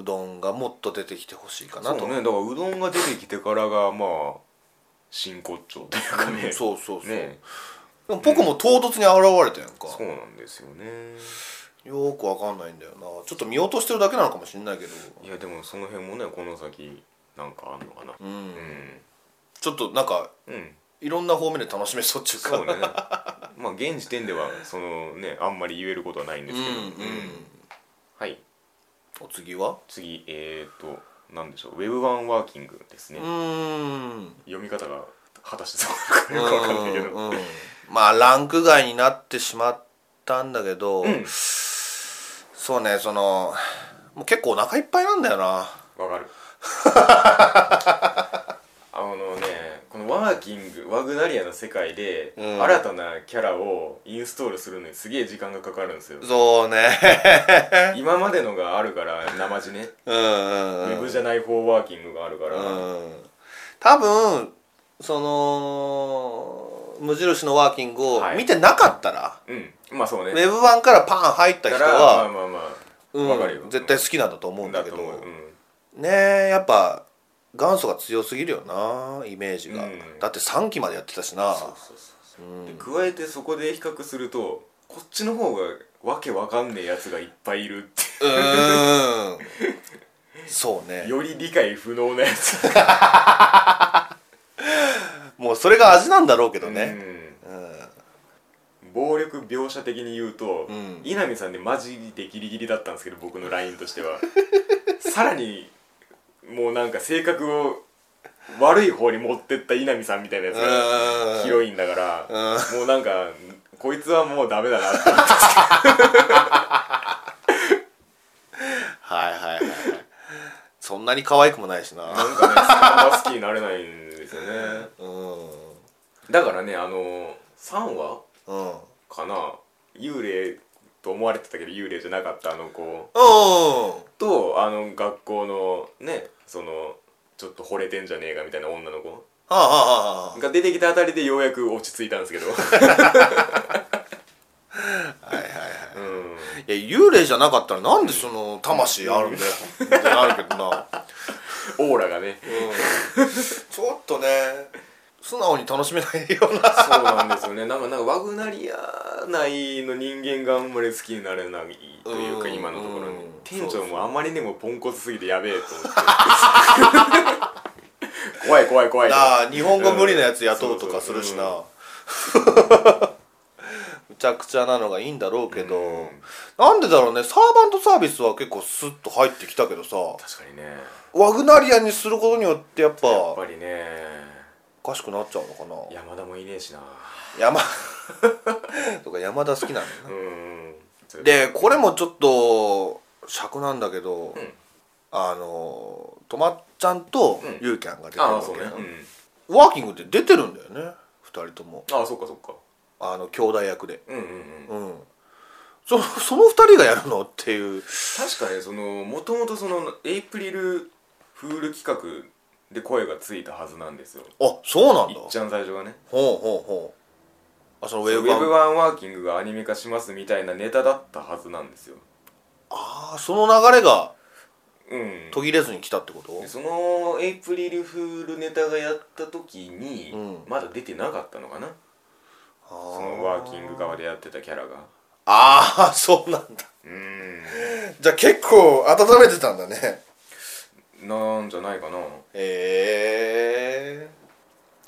[SPEAKER 2] うどんがもっと出てきてほしいかな
[SPEAKER 1] そう
[SPEAKER 2] と
[SPEAKER 1] ねだからうどんが出てきてからがまあ真骨頂というかね
[SPEAKER 2] そうそうそう、
[SPEAKER 1] ね
[SPEAKER 2] でもポコも唐突に現れたやんか、
[SPEAKER 1] そうなんですよね
[SPEAKER 2] よーくわかんないんだよなちょっと見落としてるだけなのかもしれないけど
[SPEAKER 1] いやでもその辺もねこの先なんかあんのかな
[SPEAKER 2] うん、
[SPEAKER 1] うん
[SPEAKER 2] ちょっとなんか
[SPEAKER 1] うん
[SPEAKER 2] いろんな方面で楽しめそうっちゅうか
[SPEAKER 1] そうねまあ現時点ではそのねあんまり言えることはないんですけど、
[SPEAKER 2] うんうん
[SPEAKER 1] はい
[SPEAKER 2] お次は
[SPEAKER 1] 次えっ、ー、となんでしょう Web1 ワーキングですね、
[SPEAKER 2] うーん
[SPEAKER 1] 読み方が果たしてそうなのかよくわかんないけど
[SPEAKER 2] うんうんまあランク外になってしまったんだけど、
[SPEAKER 1] うん
[SPEAKER 2] そうねそのもう結構お腹いっぱいなんだよな
[SPEAKER 1] わ かるあのねこのワーキングワグナリアの世界で、
[SPEAKER 2] うん
[SPEAKER 1] 新たなキャラをインストールするのにすげえ時間がかかるんですよ
[SPEAKER 2] そうね
[SPEAKER 1] 今までのがあるから生地ね、
[SPEAKER 2] うんうん
[SPEAKER 1] ウ
[SPEAKER 2] うん
[SPEAKER 1] ェブじゃない方ワーキングがあるから、
[SPEAKER 2] うん多分その無印のワーキングを
[SPEAKER 1] はい
[SPEAKER 2] 見てなかったら、
[SPEAKER 1] うんまあそうね
[SPEAKER 2] ウェブ版からパン入った
[SPEAKER 1] だ
[SPEAKER 2] 人
[SPEAKER 1] からまあ
[SPEAKER 2] は、
[SPEAKER 1] まあまあ、
[SPEAKER 2] うん
[SPEAKER 1] わかるよ
[SPEAKER 2] 絶対好きなんだと思うんだ
[SPEAKER 1] だ
[SPEAKER 2] け
[SPEAKER 1] と
[SPEAKER 2] ど
[SPEAKER 1] 思う、うん、
[SPEAKER 2] ねえやっぱ元祖が強すぎるよなイメージが、
[SPEAKER 1] うん
[SPEAKER 2] だって3期までやってたしな
[SPEAKER 1] そうそうそう、
[SPEAKER 2] うん
[SPEAKER 1] で加えてそこで比較するとこっちの方がわけわかんねえやつがいっぱいいるって
[SPEAKER 2] うー んそう ね
[SPEAKER 1] より理解不能なやつ
[SPEAKER 2] もうそれが味なんだろうけど
[SPEAKER 1] だ
[SPEAKER 2] ね、
[SPEAKER 1] ね、
[SPEAKER 2] うん
[SPEAKER 1] 暴力描写的に言うと、
[SPEAKER 2] うん
[SPEAKER 1] 稲見さんでマジでギリギリだったんですけど僕のラインとしては さらにもうなんか性格を悪い方に持ってった稲見さんみたいなやつ
[SPEAKER 2] うん
[SPEAKER 1] がヒロインだからもうなんかこいつはもうダメだなって
[SPEAKER 2] はいはいはいはいそんなに可愛くもないしな
[SPEAKER 1] なんかねあん ま好きになれないんですよね
[SPEAKER 2] うんうん
[SPEAKER 1] だからねあの3話かな幽霊と思われてたけど幽霊じゃなかったあの子
[SPEAKER 2] うん
[SPEAKER 1] とあの学校のねそのちょっと惚れてんじゃねえかみたいな女の子
[SPEAKER 2] あああ
[SPEAKER 1] が出てきたあたりでようやく落ち着いたんですけど
[SPEAKER 2] あはいはいはい
[SPEAKER 1] うん
[SPEAKER 2] いや幽霊じゃなかったらなんでその魂あるんだよってなるけどな、
[SPEAKER 1] オーラがね
[SPEAKER 2] ちょっとね素直に楽しめないような
[SPEAKER 1] そうなんですよねなんかなんかワグナリア内の人間があんまり好きになれないというか
[SPEAKER 2] うん
[SPEAKER 1] 今のところに
[SPEAKER 2] うん
[SPEAKER 1] 店長もあまりにもポンコツすぎてやべえと思って 怖い怖い怖いと
[SPEAKER 2] なあ日本語無理なやつ雇うとかするしな、
[SPEAKER 1] うんそう
[SPEAKER 2] むちゃくちゃなのがいいんだろうけど、
[SPEAKER 1] うん
[SPEAKER 2] なんでだろうねサーバントサービスは結構スッと入ってきたけどさ
[SPEAKER 1] 確かにねや
[SPEAKER 2] ワグナリアンにすることによってやっぱ
[SPEAKER 1] っぱりね
[SPEAKER 2] おかしくなっちゃうのかな
[SPEAKER 1] 山田もいねえしな
[SPEAKER 2] 山とか山田好きなんだよな
[SPEAKER 1] うん
[SPEAKER 2] でこれもちょっと尺なんだけど、
[SPEAKER 1] ん
[SPEAKER 2] あのとまっちゃんと
[SPEAKER 1] うん
[SPEAKER 2] ゆうきゃんが出てる
[SPEAKER 1] あ
[SPEAKER 2] わ
[SPEAKER 1] あそう
[SPEAKER 2] け
[SPEAKER 1] ね
[SPEAKER 2] やん、
[SPEAKER 1] うん
[SPEAKER 2] ワーキングって出てるんだよね2人とも
[SPEAKER 1] ああそっかそっか
[SPEAKER 2] あの兄弟役で
[SPEAKER 1] うんうんうん
[SPEAKER 2] うんそその2人がやるのっていう
[SPEAKER 1] 確かにそのもともとそのエイプリルフール企画で声がついたはずなんですよ
[SPEAKER 2] あそうなん
[SPEAKER 1] い
[SPEAKER 2] だ
[SPEAKER 1] っちゃん最初がね
[SPEAKER 2] ほうほうほうあそのウ
[SPEAKER 1] ウ
[SPEAKER 2] ェ
[SPEAKER 1] ェ
[SPEAKER 2] ブ
[SPEAKER 1] ブワ
[SPEAKER 2] 版
[SPEAKER 1] ンワーキングがアニメ化しますみたいなネタだったはずなんですよ
[SPEAKER 2] ああその流れが
[SPEAKER 1] うん
[SPEAKER 2] 途切れずに来たってこと
[SPEAKER 1] でそのエイプリルフールネタがやった時に、
[SPEAKER 2] うん
[SPEAKER 1] まだ出てなかったのかな
[SPEAKER 2] あ
[SPEAKER 1] そ
[SPEAKER 2] ー
[SPEAKER 1] のワーキング側でやってたキャラが
[SPEAKER 2] あーそうなんだ
[SPEAKER 1] うん
[SPEAKER 2] じゃあ結構温めてたんだね
[SPEAKER 1] なんじゃないかな
[SPEAKER 2] へえ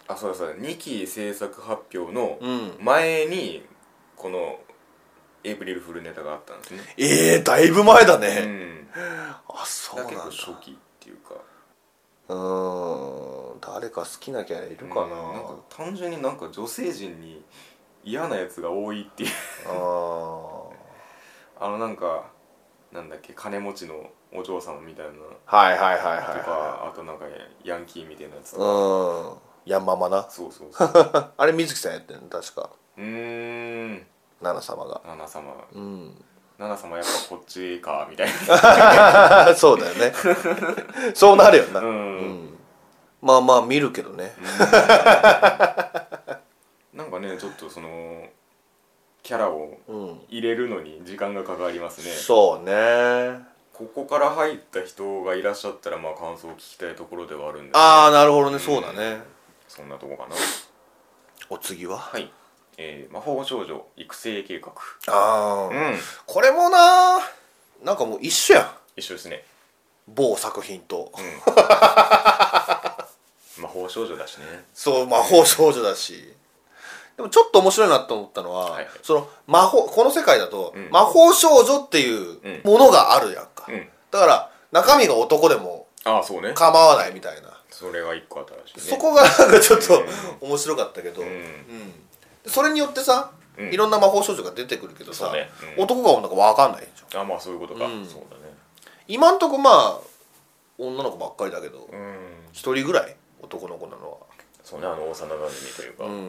[SPEAKER 1] あそうだそうだ2期制作発表の
[SPEAKER 2] うん
[SPEAKER 1] 前にこのエイプリルフールネタがあったんですね、
[SPEAKER 2] ええだいぶ前だ
[SPEAKER 1] う
[SPEAKER 2] ね、
[SPEAKER 1] ん、
[SPEAKER 2] あそ
[SPEAKER 1] だから結構初期っていうか
[SPEAKER 2] うーん誰か好きなキャラいるかな,、
[SPEAKER 1] うんんか単純になんか女性陣に嫌なやつが多いっていう
[SPEAKER 2] あー
[SPEAKER 1] あのなんかなんだっけ金持ちのお嬢様みたいなと
[SPEAKER 2] はいはいはいはい
[SPEAKER 1] か、
[SPEAKER 2] は
[SPEAKER 1] あとなんかヤンキーみたいなやつと
[SPEAKER 2] いう
[SPEAKER 1] か、
[SPEAKER 2] ーんヤンママな
[SPEAKER 1] そうそうそう
[SPEAKER 2] あれ水木さんやってんの確か
[SPEAKER 1] うーん
[SPEAKER 2] 奈々様が
[SPEAKER 1] ナナ様
[SPEAKER 2] うん
[SPEAKER 1] ナナ様やっぱこっちかみたい
[SPEAKER 2] そうだよ ねそうなるよな、
[SPEAKER 1] なうん、
[SPEAKER 2] うんまあまあ見るけどね、
[SPEAKER 1] なんかねちょっとそのキャラを
[SPEAKER 2] うん、
[SPEAKER 1] 入れるのに時間がかかりますね
[SPEAKER 2] そうね
[SPEAKER 1] ここから入った人がいらっしゃったらまあ感想を聞きたいところではあるんですけど
[SPEAKER 2] ああなるほどねそうだね、
[SPEAKER 1] そんなとこかな
[SPEAKER 2] お次は
[SPEAKER 1] はいえー魔法少女育成計画
[SPEAKER 2] ああ、
[SPEAKER 1] うん
[SPEAKER 2] これもななんかもう一緒やん
[SPEAKER 1] 一緒ですね
[SPEAKER 2] 某作品と、
[SPEAKER 1] 魔法少女だしね
[SPEAKER 2] そう魔法少女だしでもちょっと面白いなと思ったのは、
[SPEAKER 1] はいはい
[SPEAKER 2] その魔法この世界だと、
[SPEAKER 1] うん
[SPEAKER 2] 魔法少女っていうものがあるやんか、
[SPEAKER 1] うん
[SPEAKER 2] だから中身が男でも
[SPEAKER 1] ああそうね
[SPEAKER 2] 構わないみたいな、
[SPEAKER 1] それが一個新しいね
[SPEAKER 2] そこがなんかちょっと
[SPEAKER 1] う
[SPEAKER 2] 面白かったけど、
[SPEAKER 1] う
[SPEAKER 2] うん
[SPEAKER 1] ん
[SPEAKER 2] それによってさ、
[SPEAKER 1] うん
[SPEAKER 2] いろんな魔法少女が出てくるけど
[SPEAKER 1] そ
[SPEAKER 2] さ、
[SPEAKER 1] うねうん
[SPEAKER 2] 男が女か分かんないじゃん
[SPEAKER 1] あまあそういうことか、
[SPEAKER 2] うん
[SPEAKER 1] そうだね
[SPEAKER 2] 今んとこまあ女の子ばっかりだけど
[SPEAKER 1] うん
[SPEAKER 2] 一、人ぐらい男の子なのは
[SPEAKER 1] そうねあの幼馴染というか
[SPEAKER 2] うん
[SPEAKER 1] ん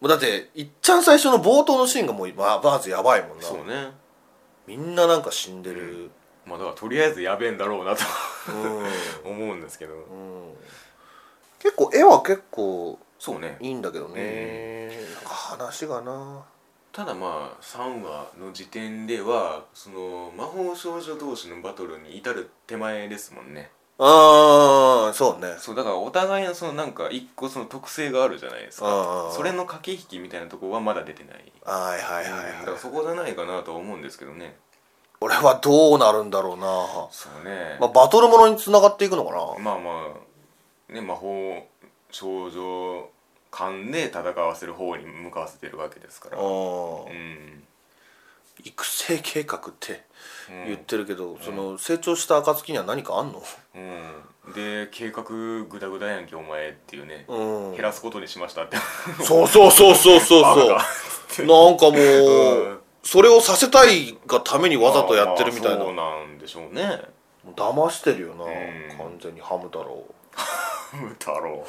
[SPEAKER 2] もうだっていっちゃん最初の冒頭のシーンがもうままずやばいもんな
[SPEAKER 1] そうね
[SPEAKER 2] みんななんか死んでる
[SPEAKER 1] まあだからとりあえずやべえんだろうなと
[SPEAKER 2] うん、
[SPEAKER 1] 思うんですけど、
[SPEAKER 2] うん結構絵は結構
[SPEAKER 1] そうね
[SPEAKER 2] いいんだけどね、なんか話がな
[SPEAKER 1] ただまあ3話の時点ではその魔法少女同士のバトルに至る手前ですもんね
[SPEAKER 2] ああそうね
[SPEAKER 1] そうだからお互いのそのなんか一個その特性があるじゃないですか
[SPEAKER 2] あー
[SPEAKER 1] それの駆け引きみたいなとこはまだ出てない
[SPEAKER 2] はいはいはい
[SPEAKER 1] うんだか
[SPEAKER 2] は
[SPEAKER 1] ら
[SPEAKER 2] い
[SPEAKER 1] そこじゃないかなとは思うんですけどね
[SPEAKER 2] これはどうなるんだろうな、
[SPEAKER 1] そうね
[SPEAKER 2] まあ、バトルものにつながっていくのかな
[SPEAKER 1] まあまあね魔法少女間で戦わせる方に向かわせてるわけですから
[SPEAKER 2] う
[SPEAKER 1] うんん、
[SPEAKER 2] 育成計画って
[SPEAKER 1] うん
[SPEAKER 2] 言ってるけど、その成長した暁には何かあんの
[SPEAKER 1] うん、で計画グダグダやんけお前っていうね、
[SPEAKER 2] うん
[SPEAKER 1] 減らすことにしましたって
[SPEAKER 2] そうそうそうそうそうそう
[SPEAKER 1] バ
[SPEAKER 2] なんかもう、
[SPEAKER 1] うん
[SPEAKER 2] それをさせたいがためにわざとやってるみたいな、
[SPEAKER 1] まあそうなんでしょうね
[SPEAKER 2] もう騙してるよな、
[SPEAKER 1] ん
[SPEAKER 2] 完全にハム太郎
[SPEAKER 1] ム太郎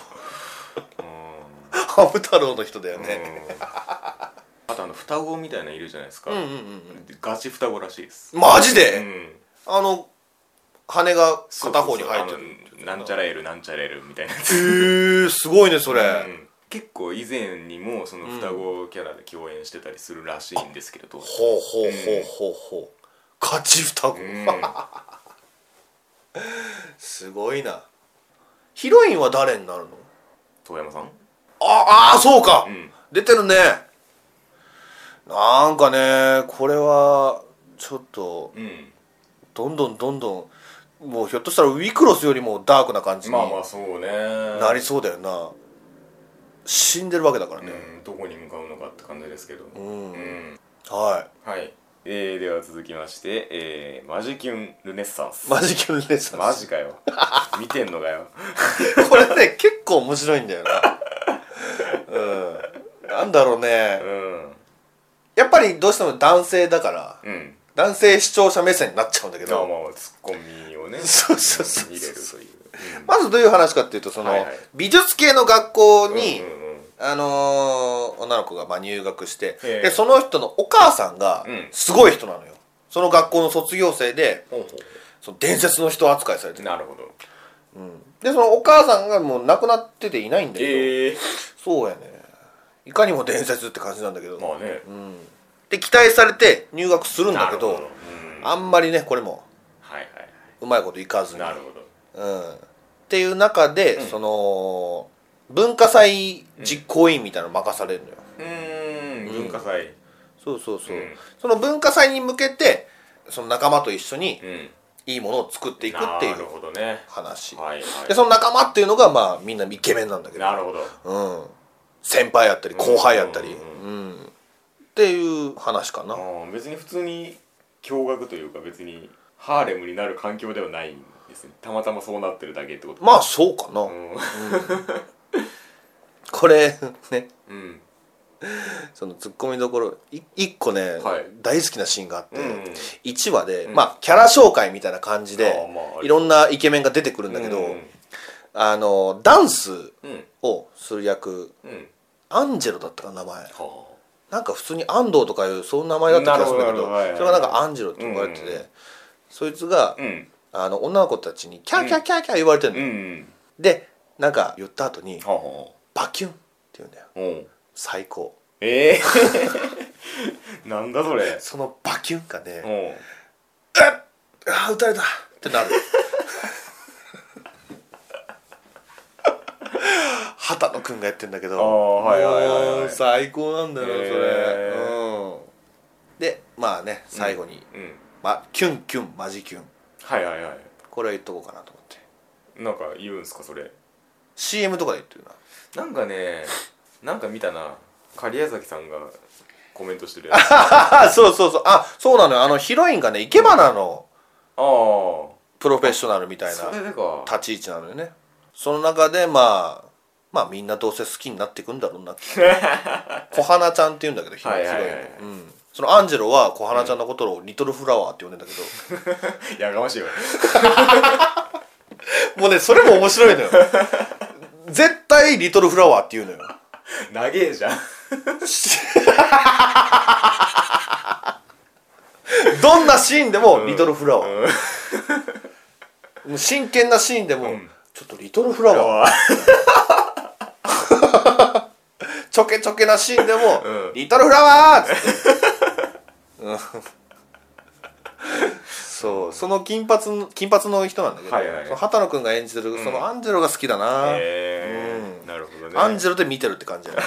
[SPEAKER 2] ハム太郎の人だよ
[SPEAKER 1] うん、
[SPEAKER 2] ね、
[SPEAKER 1] うんあとあの双子みたいなのいるじゃないですか、
[SPEAKER 2] うん、うんうん
[SPEAKER 1] ガチ双子らしいです、
[SPEAKER 2] うんマジ
[SPEAKER 1] う
[SPEAKER 2] で、
[SPEAKER 1] ん、
[SPEAKER 2] あの羽が片方に
[SPEAKER 1] そう
[SPEAKER 2] 生え
[SPEAKER 1] そ
[SPEAKER 2] て
[SPEAKER 1] うそう
[SPEAKER 2] る
[SPEAKER 1] あのなんちゃらエルなんちゃらエルみたいなや
[SPEAKER 2] へ
[SPEAKER 1] つ、
[SPEAKER 2] えー、すごいねそれ、
[SPEAKER 1] うん結構以前にもその双子キャラで共演してたりするらしいんですけれど、
[SPEAKER 2] ほうほうほうほうほう勝ち双子、
[SPEAKER 1] うん、
[SPEAKER 2] すごいなヒロインは誰になるの
[SPEAKER 1] 遠山さん、
[SPEAKER 2] ああーそうか、
[SPEAKER 1] うん、
[SPEAKER 2] 出てるねなんかねこれはちょっと
[SPEAKER 1] うん
[SPEAKER 2] どんどんどんどんもうひょっとしたらウィクロスよりもダークな感じに
[SPEAKER 1] まあまあそうね
[SPEAKER 2] なりそうだよな死んでるわけだからね
[SPEAKER 1] うん、どこに向かうのかって感じですけど、
[SPEAKER 2] う
[SPEAKER 1] うん
[SPEAKER 2] ん、は
[SPEAKER 1] はい、えー、では続きまして、えーマジキュンルネッサン
[SPEAKER 2] い
[SPEAKER 1] ス
[SPEAKER 2] マジキュンレーサー
[SPEAKER 1] マジかよ見てんのかよ
[SPEAKER 2] これね結構面白いんだよなうんなんだろうね
[SPEAKER 1] うん
[SPEAKER 2] やっぱりどうしても男性だから
[SPEAKER 1] うん
[SPEAKER 2] 男性視聴者目線になっちゃうんだけ
[SPEAKER 1] まあ
[SPEAKER 2] ど
[SPEAKER 1] まあツッコミをね
[SPEAKER 2] そうそうそう
[SPEAKER 1] うん入れるという、うん
[SPEAKER 2] まずどういう話かっていうとその、
[SPEAKER 1] はいはい
[SPEAKER 2] 美術系の学校に、
[SPEAKER 1] うんうん
[SPEAKER 2] あのー女の子がまあ入学して
[SPEAKER 1] ええ
[SPEAKER 2] でその人のお母さんが
[SPEAKER 1] うん
[SPEAKER 2] すごい人なのよ、その学校の卒業生で
[SPEAKER 1] ほうほ
[SPEAKER 2] その伝説の人扱いされて
[SPEAKER 1] う
[SPEAKER 2] る
[SPEAKER 1] なるほど
[SPEAKER 2] でそのお母さんがもう亡くなってていないんだけど、
[SPEAKER 1] ええ
[SPEAKER 2] そうやねいかにも伝説って感じなんだけど、
[SPEAKER 1] まあね、
[SPEAKER 2] で期待されて入学するんだ
[SPEAKER 1] な
[SPEAKER 2] け
[SPEAKER 1] るほ
[SPEAKER 2] ど
[SPEAKER 1] ど、うん
[SPEAKER 2] あんまりねこれも
[SPEAKER 1] はいはいう
[SPEAKER 2] まいこといかずに
[SPEAKER 1] なるほど
[SPEAKER 2] うん、っていう中で、その文化祭実行委員みたいなの任されるのよ、
[SPEAKER 1] うーん文化祭
[SPEAKER 2] そうそうそう、
[SPEAKER 1] うん
[SPEAKER 2] その文化祭に向けてその仲間と一緒に
[SPEAKER 1] うん
[SPEAKER 2] いいものを作っていくってい
[SPEAKER 1] なる
[SPEAKER 2] う
[SPEAKER 1] ほどね
[SPEAKER 2] 話
[SPEAKER 1] はいはい
[SPEAKER 2] でその仲間っていうのがまあみんなイケメンなんだけど
[SPEAKER 1] なるほど
[SPEAKER 2] うん、先輩やったり後輩やったり、
[SPEAKER 1] う
[SPEAKER 2] うんっていう話かな、
[SPEAKER 1] あー別に普通に驚愕というか別にハーレムになる環境ではないんですねたまたまそうなってるだけってこと
[SPEAKER 2] まあそうかな、
[SPEAKER 1] うん、
[SPEAKER 2] これね
[SPEAKER 1] うん、
[SPEAKER 2] そのツッコミどころい一個ね、
[SPEAKER 1] はい
[SPEAKER 2] 大好きなシーンがあって、
[SPEAKER 1] うん
[SPEAKER 2] 一1話で、
[SPEAKER 1] ん
[SPEAKER 2] まあキャラ紹介みたいな感じ
[SPEAKER 1] あ
[SPEAKER 2] で
[SPEAKER 1] あまああ、れ
[SPEAKER 2] いろんなイケメンが出てくるんだけど、
[SPEAKER 1] うん
[SPEAKER 2] あのダンス
[SPEAKER 1] うん
[SPEAKER 2] をする役
[SPEAKER 1] うん
[SPEAKER 2] アンジェロだったかな名前
[SPEAKER 1] は
[SPEAKER 2] なんか普通に安藤とかいうその名前だった気がするんだけ
[SPEAKER 1] なる
[SPEAKER 2] ど
[SPEAKER 1] ほどなるほど
[SPEAKER 2] それがなんかアンジェロって呼ばれてて、
[SPEAKER 1] うん
[SPEAKER 2] そいつが
[SPEAKER 1] あ、うん
[SPEAKER 2] あの女の子たちにキャーキャーキャーキャー言われてるの、
[SPEAKER 1] うん
[SPEAKER 2] でなんか言った後に
[SPEAKER 1] はあは
[SPEAKER 2] バキュンって言うんだよ
[SPEAKER 1] あうん
[SPEAKER 2] 最高
[SPEAKER 1] ええ なんだそれ
[SPEAKER 2] そのバキュンがね、
[SPEAKER 1] うん
[SPEAKER 2] ああ打たれたってなる果片野くんがやってんだけど
[SPEAKER 1] あーはいはいはいはい
[SPEAKER 2] もう最高なんだよなそれ、
[SPEAKER 1] へ
[SPEAKER 2] うんでまあね最後に、
[SPEAKER 1] うん
[SPEAKER 2] ま、キュンキュンマジキュン
[SPEAKER 1] はいはいはい
[SPEAKER 2] これは言っとこうかなと思って
[SPEAKER 1] なんか言うんすかそれ
[SPEAKER 2] CM とかで言ってるな
[SPEAKER 1] なんかねなんか見たな狩矢崎さんがコメントしてるやつあ
[SPEAKER 2] あそうそうそうあそうなのよあのヒロインがね生け花の
[SPEAKER 1] あー
[SPEAKER 2] プロフェッショナルみたいな
[SPEAKER 1] それでか
[SPEAKER 2] 立ち位置なのよねその中でまあまあみんなどうせ好きになっていくんだろう なって小花ちゃんっていうんだけどヒロ
[SPEAKER 1] はい
[SPEAKER 2] イン
[SPEAKER 1] はいはい
[SPEAKER 2] のうんそのアンジェロは小花ちゃんのことをリトルフラワーって呼んでんだけど、
[SPEAKER 1] やがましいわ
[SPEAKER 2] もうねそれも面白い のよ絶対リトルフラワーって言うのよ
[SPEAKER 1] 長えじゃん
[SPEAKER 2] どんなシーンでもリトルフラワー、
[SPEAKER 1] うん
[SPEAKER 2] もう真剣なシーンでも、
[SPEAKER 1] うん
[SPEAKER 2] ちょっとリトルフラワーちょけちょけなシーンでも、
[SPEAKER 1] うん
[SPEAKER 2] リトルフラワーっつって、うんそうその金髪の金髪の人なんだけど、
[SPEAKER 1] はいはいはい
[SPEAKER 2] その畑野君が演じてるそのアンジェロが好きだな、
[SPEAKER 1] えーなるほどね
[SPEAKER 2] アンジェロで見てるって感じだね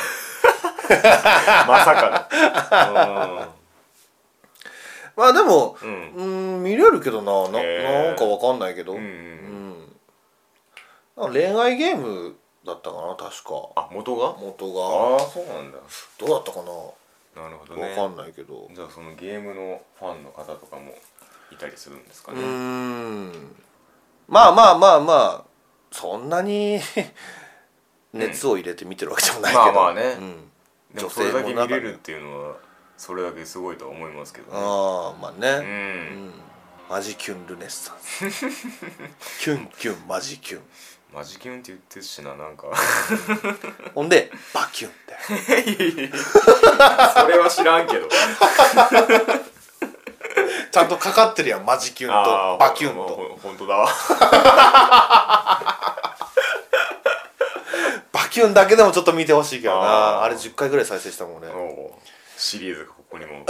[SPEAKER 1] まさか
[SPEAKER 2] まあでも
[SPEAKER 1] のうん
[SPEAKER 2] うん見れるけどなな,、
[SPEAKER 1] へー
[SPEAKER 2] なんかわかんないけど、
[SPEAKER 1] うんう
[SPEAKER 2] うんんなんか恋愛ゲームだったかな確か
[SPEAKER 1] あ元が
[SPEAKER 2] 元が
[SPEAKER 1] ああそうなんだ
[SPEAKER 2] どうだったかな
[SPEAKER 1] なるほど
[SPEAKER 2] わか
[SPEAKER 1] ね
[SPEAKER 2] んないけど、
[SPEAKER 1] じゃあそのゲームのファンの方とかもいたりするんですか
[SPEAKER 2] う
[SPEAKER 1] ね
[SPEAKER 2] ーんまあまあまあまあそんなに 熱を入れて見てるわけでもないけど、
[SPEAKER 1] まあまあね
[SPEAKER 2] うん
[SPEAKER 1] でもそれだけ
[SPEAKER 2] 女性
[SPEAKER 1] 見
[SPEAKER 2] もなんかね
[SPEAKER 1] れるっていうのはそれだけすごいとは思いますけどね
[SPEAKER 2] ああまあ
[SPEAKER 1] う
[SPEAKER 2] ね、うん
[SPEAKER 1] ん
[SPEAKER 2] マジキュンルネッサンスキュンキュンマジキュン
[SPEAKER 1] マジキュンって言ってるしななんか
[SPEAKER 2] ほんでバキュンって
[SPEAKER 1] いやいやいやそれは知らんけど
[SPEAKER 2] ちゃんとかかってるやんマジキュンとバキュン
[SPEAKER 1] あー
[SPEAKER 2] と
[SPEAKER 1] ほほんとだ わ
[SPEAKER 2] バキュンだけでもちょっと見てほしいけどな
[SPEAKER 1] あー
[SPEAKER 2] あれ10回ぐらい再生したもんね
[SPEAKER 1] おうシリーズがここにもうん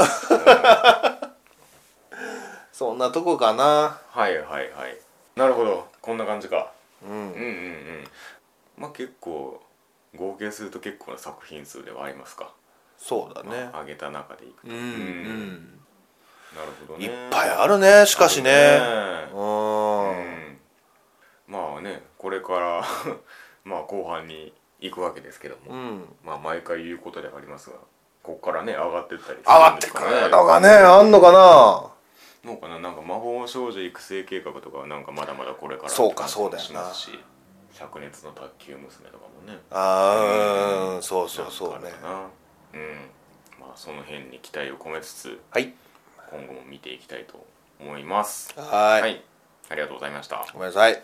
[SPEAKER 2] そんなとこかな
[SPEAKER 1] はいはいはいなるほどこんな感じか
[SPEAKER 2] うん
[SPEAKER 1] うんうんうんまあ結構合計すると結構な作品数ではありますか、
[SPEAKER 2] そうだ
[SPEAKER 1] ま
[SPEAKER 2] ね
[SPEAKER 1] あ上げた中でいくと
[SPEAKER 2] うん、う
[SPEAKER 1] うんな
[SPEAKER 2] ん
[SPEAKER 1] るほどね
[SPEAKER 2] いっぱいあるねしかしね
[SPEAKER 1] あるね
[SPEAKER 2] うん
[SPEAKER 1] うんまあねこれから まあ後半に行くわけですけども、
[SPEAKER 2] うん
[SPEAKER 1] まあ毎回言うことではありますがここからね上がってったり
[SPEAKER 2] 上がってくるのがねあんのかな
[SPEAKER 1] どうかななんか魔法少女育成計画とかはなんかまだまだこれから
[SPEAKER 2] そうかそうだよな
[SPEAKER 1] しますし灼熱の卓球娘とかもね
[SPEAKER 2] あーうんそうそうそうね
[SPEAKER 1] なんかあるかなうんまあその辺に期待を込めつつ
[SPEAKER 2] はい
[SPEAKER 1] 今後も見ていきたいと思います
[SPEAKER 2] はーい
[SPEAKER 1] いありがとうございました
[SPEAKER 2] ごめんなさい